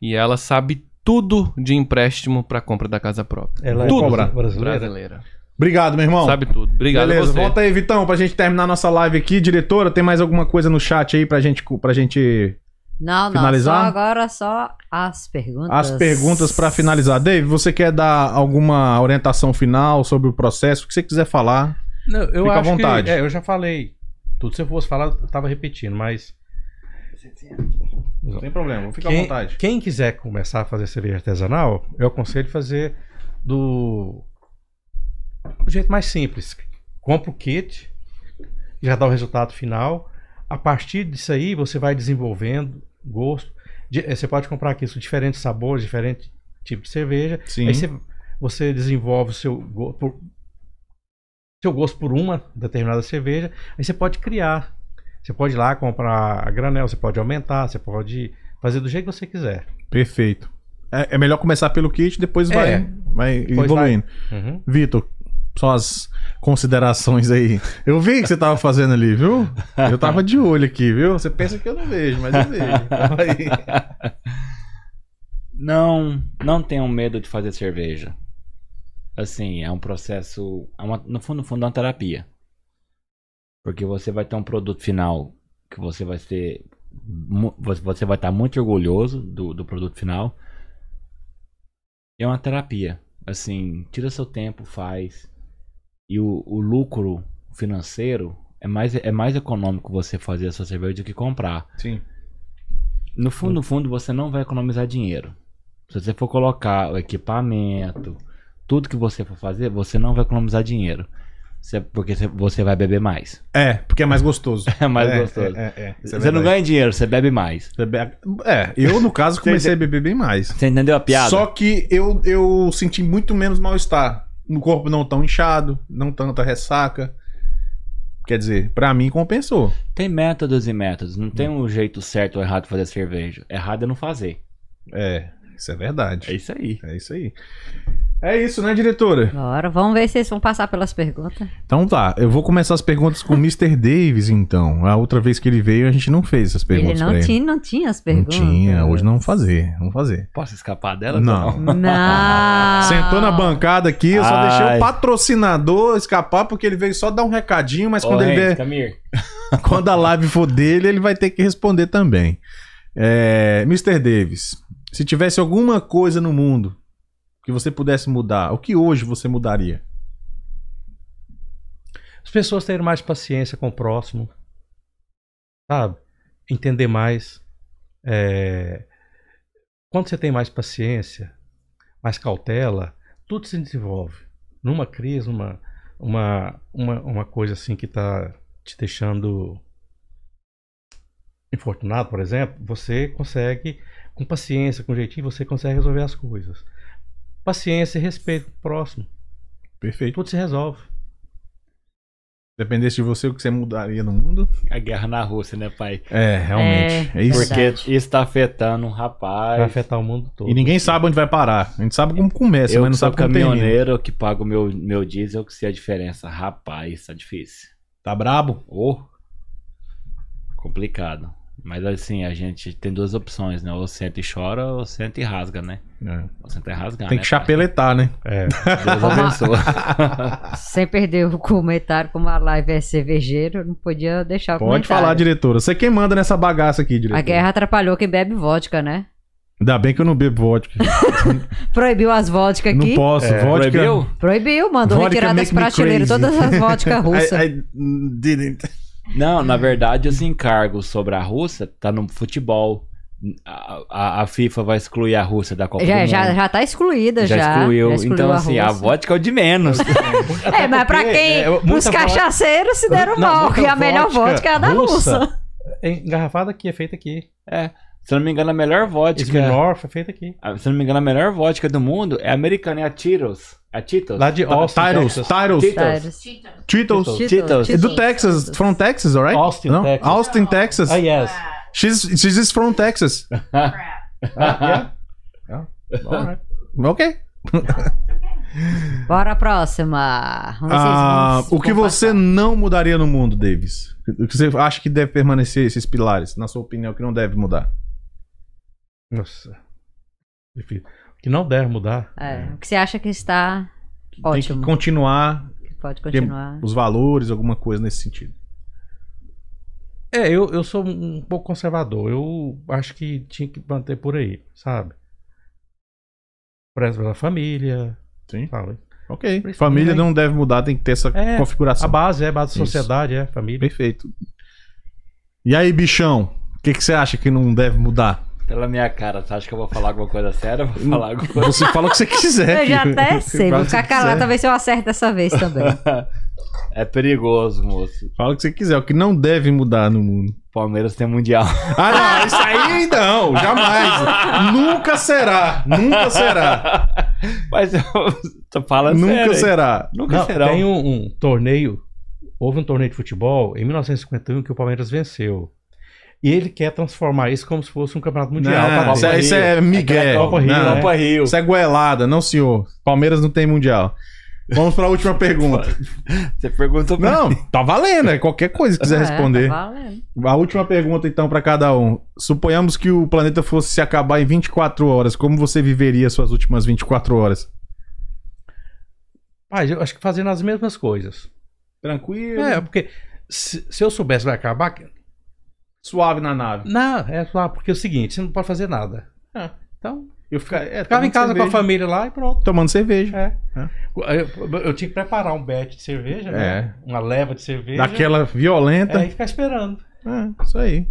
E ela sabe tudo de empréstimo para compra da casa própria. Ela é Tudo. brasi- brasileira. Brasileira. Obrigado, meu irmão. Sabe tudo. Obrigado Beleza, a você. volta aí, Vitão, pra gente terminar nossa live aqui. Diretora, tem mais alguma coisa no chat aí pra gente. Pra gente Não, não. Finalizar? Só agora só as perguntas. as perguntas pra finalizar. Dave, você quer dar alguma orientação final sobre o processo? O que você quiser falar? Não, eu Fica à acho que- vontade. é, eu já falei. Tudo se eu fosse falar, eu tava repetindo, mas. Não tem problema, vou ficar quem, à vontade. quem quiser começar a fazer cerveja artesanal, eu aconselho fazer do, do jeito mais simples. Compra o kit, já dá o resultado final. A partir disso aí, você vai desenvolvendo gosto. Di- eh, Você pode comprar aqui isso, diferentes sabores, diferentes tipos de cerveja. Sim. Aí você, você desenvolve o seu, go- por- seu gosto por uma determinada cerveja. Aí você pode criar. Você pode ir lá comprar a granel, você pode aumentar, você pode fazer do jeito que você quiser. Perfeito. É, é melhor começar pelo kit, depois É. vai, vai Depois evoluindo. Uhum. Vitor, só as considerações aí. Eu vi o que você tava fazendo ali, viu? Eu tava de olho aqui, viu? Você pensa que eu não vejo, mas eu vejo. Tava aí. Não, não tenham medo de fazer cerveja. Assim, é um processo, é uma- no fundo, no fundo é uma terapia. Porque você vai ter um produto final que você vai ser mu- você você vai estar muito orgulhoso do, do produto final. É uma terapia. Assim, tira seu tempo, faz. E o, o lucro financeiro é mais, é mais econômico você fazer a sua cerveja do que comprar. Sim. No fundo, no fundo, você não vai economizar dinheiro. Se você for colocar o equipamento, tudo que você for fazer, você não vai economizar dinheiro. Você- Porque você- você vai beber mais. É, porque é mais gostoso. É mais gostoso. É, é, é. Isso é você não verdade. ganha dinheiro, você bebe mais. Você bebe- É, eu no caso comecei a beber bem mais. Você entendeu a piada? Só que eu, eu senti muito menos mal-estar. No corpo não tão inchado, não tanta ressaca. Quer dizer, pra mim compensou. Tem métodos e métodos. Não tem um jeito certo ou errado de fazer cerveja. Errado é não fazer. É, isso é verdade. É isso aí. É isso aí. É isso, né, diretora? Agora, vamos ver se eles vão passar pelas perguntas. Então tá, eu vou começar as perguntas com o Mr. Davis, então. A outra vez que ele veio, a gente não fez essas perguntas. ele pra não tinha, não tinha as Não perguntas. tinha, hoje não vamos fazer, vamos fazer. Posso escapar dela? Não. Não. Sentou na bancada aqui, eu só deixei Ai. o patrocinador escapar, porque ele veio só dar um recadinho, mas quando ele vier Camir. quando a live for dele, ele vai ter que responder também. É, Mr. Davis, se tivesse alguma coisa no mundo que você pudesse mudar, o que hoje você mudaria? As pessoas terem mais paciência com o próximo, sabe? Entender mais. É, Quando você tem mais paciência, mais cautela, tudo se desenvolve. Numa crise, uma, uma, uma, uma coisa assim que está te deixando infortunado, por exemplo, você consegue, com paciência, com jeitinho, você consegue resolver as coisas. Paciência e respeito pro próximo. Perfeito. Tudo se resolve. Dependesse de você, o que você mudaria no mundo? A guerra na Rússia, né, pai? É, realmente. É, isso. Porque Verdade. isso tá afetando um rapaz. Tá Vai afetar o mundo todo. E ninguém sabe onde vai parar. A gente sabe como começa, eu mas que não sou sabe como termina. caminhoneiro que pago meu, meu diesel, que sei a diferença. Rapaz, tá difícil. Tá brabo? Ô, complicado. Mas assim, a gente tem duas opções, né? Ou senta e chora, ou senta e rasga, né? É. Ou senta e rasgar, Tem né, que chapeletar, né? É. pai? Deus abençoe. Sem perder o comentário, como a live é cervejeiro, não podia deixar o Pode comentário. falar, diretora. Você quem manda nessa bagaça aqui, diretora. A guerra atrapalhou quem bebe vodka, né? Ainda bem que eu não bebo vodka. Proibiu as vodka Não aqui. posso. vodka. É, Proibiu? Proibiu, mandou Vodka retirar das make me prateleiras crazy. todas as vodka russas. I, I didn't. Não, na verdade, os encargos sobre a Rússia tá no futebol. A, a- a FIFA vai excluir a Rússia da Copa do Já, Mundo. já, já tá excluída, já. excluiu. Já Então, assim, a Rússia. vodka é o de menos. É, mas pra quem. os cachaceiros se deram Não, mal, muita que a melhor vodka vodka é a da russa. russa. É engarrafada aqui, é feita aqui. Se eu não me engano, é a melhor vodka. Smirnoff é feita aqui. a- Se eu não me engano, a melhor vodka do mundo é a americana, é a Titos. A Tá. Titos. Lá de Austin, Titles, Texas. Titles, Titles. Cheetos. É do Texas, from Texas, alright? Austin, Não? Texas. Austin, Texas. Ah, é. yes. She's, she's is from Texas. Ah, Alright. Ok. Bora a próxima. Vamos ver se Ah, vocês vão- o que vão você passar. não mudaria no mundo, Davis? O que você acha que deve permanecer esses pilares? Na sua opinião, que não deve mudar? Nossa. Difícil. O que não deve mudar. É, o que você acha que está Tem que ótimo? continuar Pode continuar. os valores, alguma coisa nesse sentido. É, eu, eu sou um pouco conservador. Eu acho que tinha que manter por aí, sabe? Prezo pela família. Sim. sabe? Ok. Principalmente- Família não deve mudar, tem que ter essa É, A configuração. base é a base da Isso. sociedade, é a família. Perfeito. E aí, bichão? O que, que você acha que não deve mudar? é? Pela minha cara, você acha que eu vou falar alguma coisa séria? Eu Hum. Vou falar alguma coisa. Você fala o que você quiser. Eu já filho. até sei, Fala vou o que você ficar calada, quiser. talvez eu acerte dessa vez também. É perigoso, moço. Fala o que você quiser, o que não deve mudar no mundo. Palmeiras tem mundial. Ah, não, isso aí não, jamais. Nunca será, nunca será, Mas eu tô falando nunca sério. será. Nunca Não, será. tem um, um torneio. Houve um torneio de futebol em 1951 que o Palmeiras venceu. E ele quer transformar isso como se fosse um campeonato mundial. Não, pra isso, é, ter. isso é Miguel. Aquela Copa Rio, não, né? Copa Rio. Isso é goelada, não senhor. Palmeiras não tem mundial. Vamos para a última pergunta. Você perguntou pra Não, tá valendo, é qualquer coisa que quiser É, responder. tá valendo. A última pergunta então para cada um. Suponhamos que o planeta fosse se acabar em 24 horas, como você viveria suas últimas 24 horas? Mas eu acho que fazendo as mesmas coisas. Tranquilo, É, porque se, se eu soubesse vai acabar. que- suave na nave. Não, é lá, porque é o seguinte, você não pode fazer nada. Então, Eu fica- é, ficava em tomando casa com a cerveja. família lá e pronto. tomando cerveja. É. Eu, eu tinha que preparar um batch de cerveja, né? Uma leva de cerveja. É, Daquela É, violenta. e ficar esperando. É, isso aí.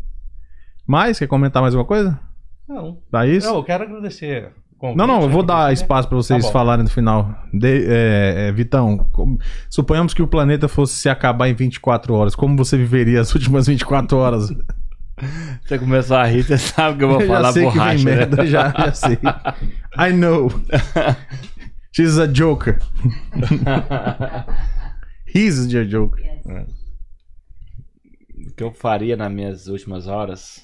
Mais? Quer comentar mais alguma coisa? Não. Dá isso? Não, eu quero agradecer. o convite, Não, não, eu vou dar né? espaço pra vocês Tá bom. falarem no final. De- é, é, Vitão, como- suponhamos que o planeta fosse se acabar em 24 horas. Como você viveria as últimas 24 horas? Eu Você começou a rir, você sabe que eu vou já falar sei borracha. que vem né? merda, já, já sei. I know. She's a joker. He's a joker. O que eu faria nas minhas últimas horas?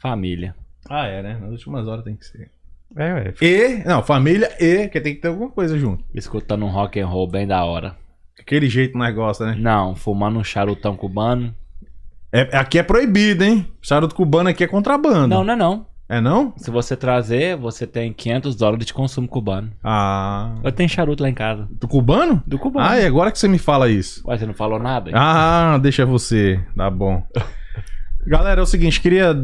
Família. Ah, é, né? Nas últimas horas tem que ser. É, ué. E, não, família e, que tem que ter alguma coisa junto. Escutando um rock and roll bem da hora. Aquele jeito nós gosta, né? Não, fumando um charutão cubano. É- aqui é proibido, hein? Charuto cubano aqui é contrabando. Não, não é não. É não? Se você trazer, você tem 500 dólares de consumo cubano. Ah. Eu tenho charuto lá em casa. Do cubano? Do cubano. Ah, e agora que você me fala isso. é? Ué, você não falou nada? Ah, deixa você. Tá bom. Galera, é o seguinte, queria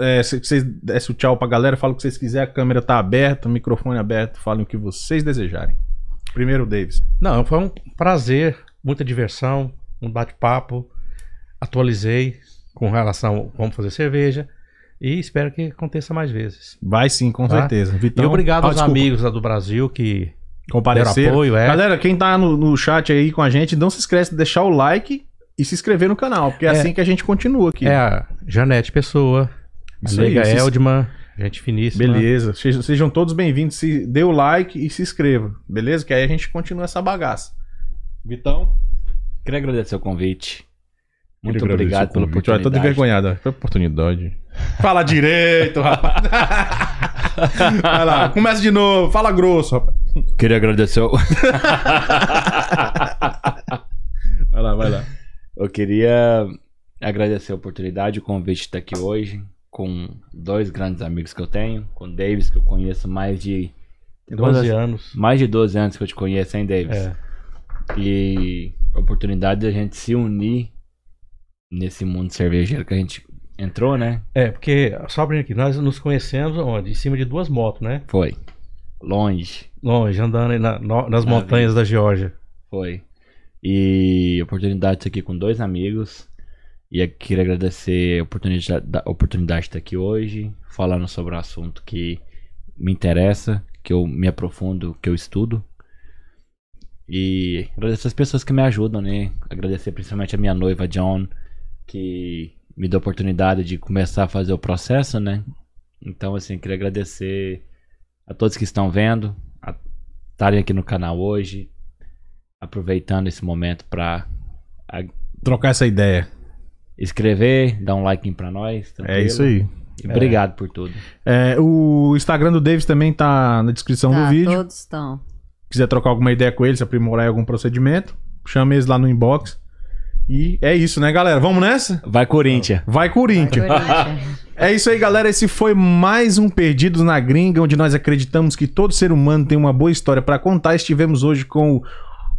é, se- que vocês dessem o tchau pra galera, fala o que vocês quiserem, a câmera tá aberta, o microfone aberto, falem o que vocês desejarem. Primeiro, o Davis. Não, foi um prazer, muita diversão, um bate-papo. Atualizei com relação a como fazer cerveja e espero que aconteça mais vezes. Vai sim, com Tá. certeza. Vitão, e obrigado Ah, aos desculpa, amigos lá do Brasil que deram Compareceram. apoio, é. Galera, quem tá no, no chat aí com a gente, não se esquece de deixar o like e se inscrever no canal, porque é, É. assim que a gente continua aqui. É a Janete Pessoa, a Isso Leiga aí, se- Eldman, gente finíssima. né? Beleza. Sejam, sejam todos bem-vindos. Se dê o like e se inscreva, beleza? Que aí a gente continua essa bagaça. Vitão, Queria agradecer o convite. Muito queria agradecer obrigado o pela convite. Olha, oportunidade. Tô envergonhado. Foi oportunidade. Fala direito, rapaz. Vai lá, começa de novo. Fala grosso, rapaz. Queria agradecer. o- Vai lá, vai lá. Eu queria agradecer a oportunidade, o convite de estar aqui hoje com dois grandes amigos que eu tenho, com o Davis, que eu conheço mais de 12 anos. mais de 12 anos que eu te conheço, hein, Davis? É. E a oportunidade da gente se unir nesse mundo cervejeiro que a gente Entrou, né? É, porque, só abrindo aqui, nós nos conhecemos onde? Em cima de duas motos, né? Foi. Longe. Longe, andando aí na- no- nas Ah, Na montanhas da Geórgia. Foi. E oportunidade de estar aqui com dois amigos. E eu queria agradecer a oportunidade, da oportunidade de estar aqui hoje, falando sobre um assunto que me interessa, que eu me aprofundo, que eu estudo. E agradecer as pessoas que me ajudam, né? Agradecer principalmente a minha noiva, John, que me deu a oportunidade de começar a fazer o processo, né? Então, assim, queria agradecer a todos que estão vendo, a estarem aqui no canal hoje, aproveitando esse momento para Trocar essa ideia. escrever, dar um like pra nós. É isso aí. E obrigado por tudo. É, o Instagram do Davis também tá na descrição Tá, do vídeo. todos estão. quiser trocar alguma ideia com eles, se aprimorar em algum procedimento, chama eles lá no inbox. E é isso, né, galera? Vamos nessa? Vai, Corinthians! Vai, Corinthians! Corinthians. É isso aí, galera. Esse foi mais um Perdidos na Gringa, onde nós acreditamos que todo ser humano tem uma boa história pra contar. Estivemos hoje com o,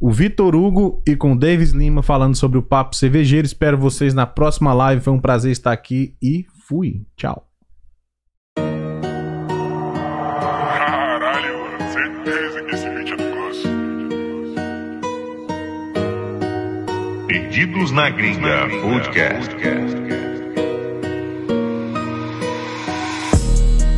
o Vitor Hugo e com o Davis Lima falando sobre o Papo Cervejeiro. Espero vocês na próxima live. Foi um prazer estar aqui e fui. Tchau. Caralho, mano, certeza que esse vídeo é do Gus. Perdidos na Gringa Podcast.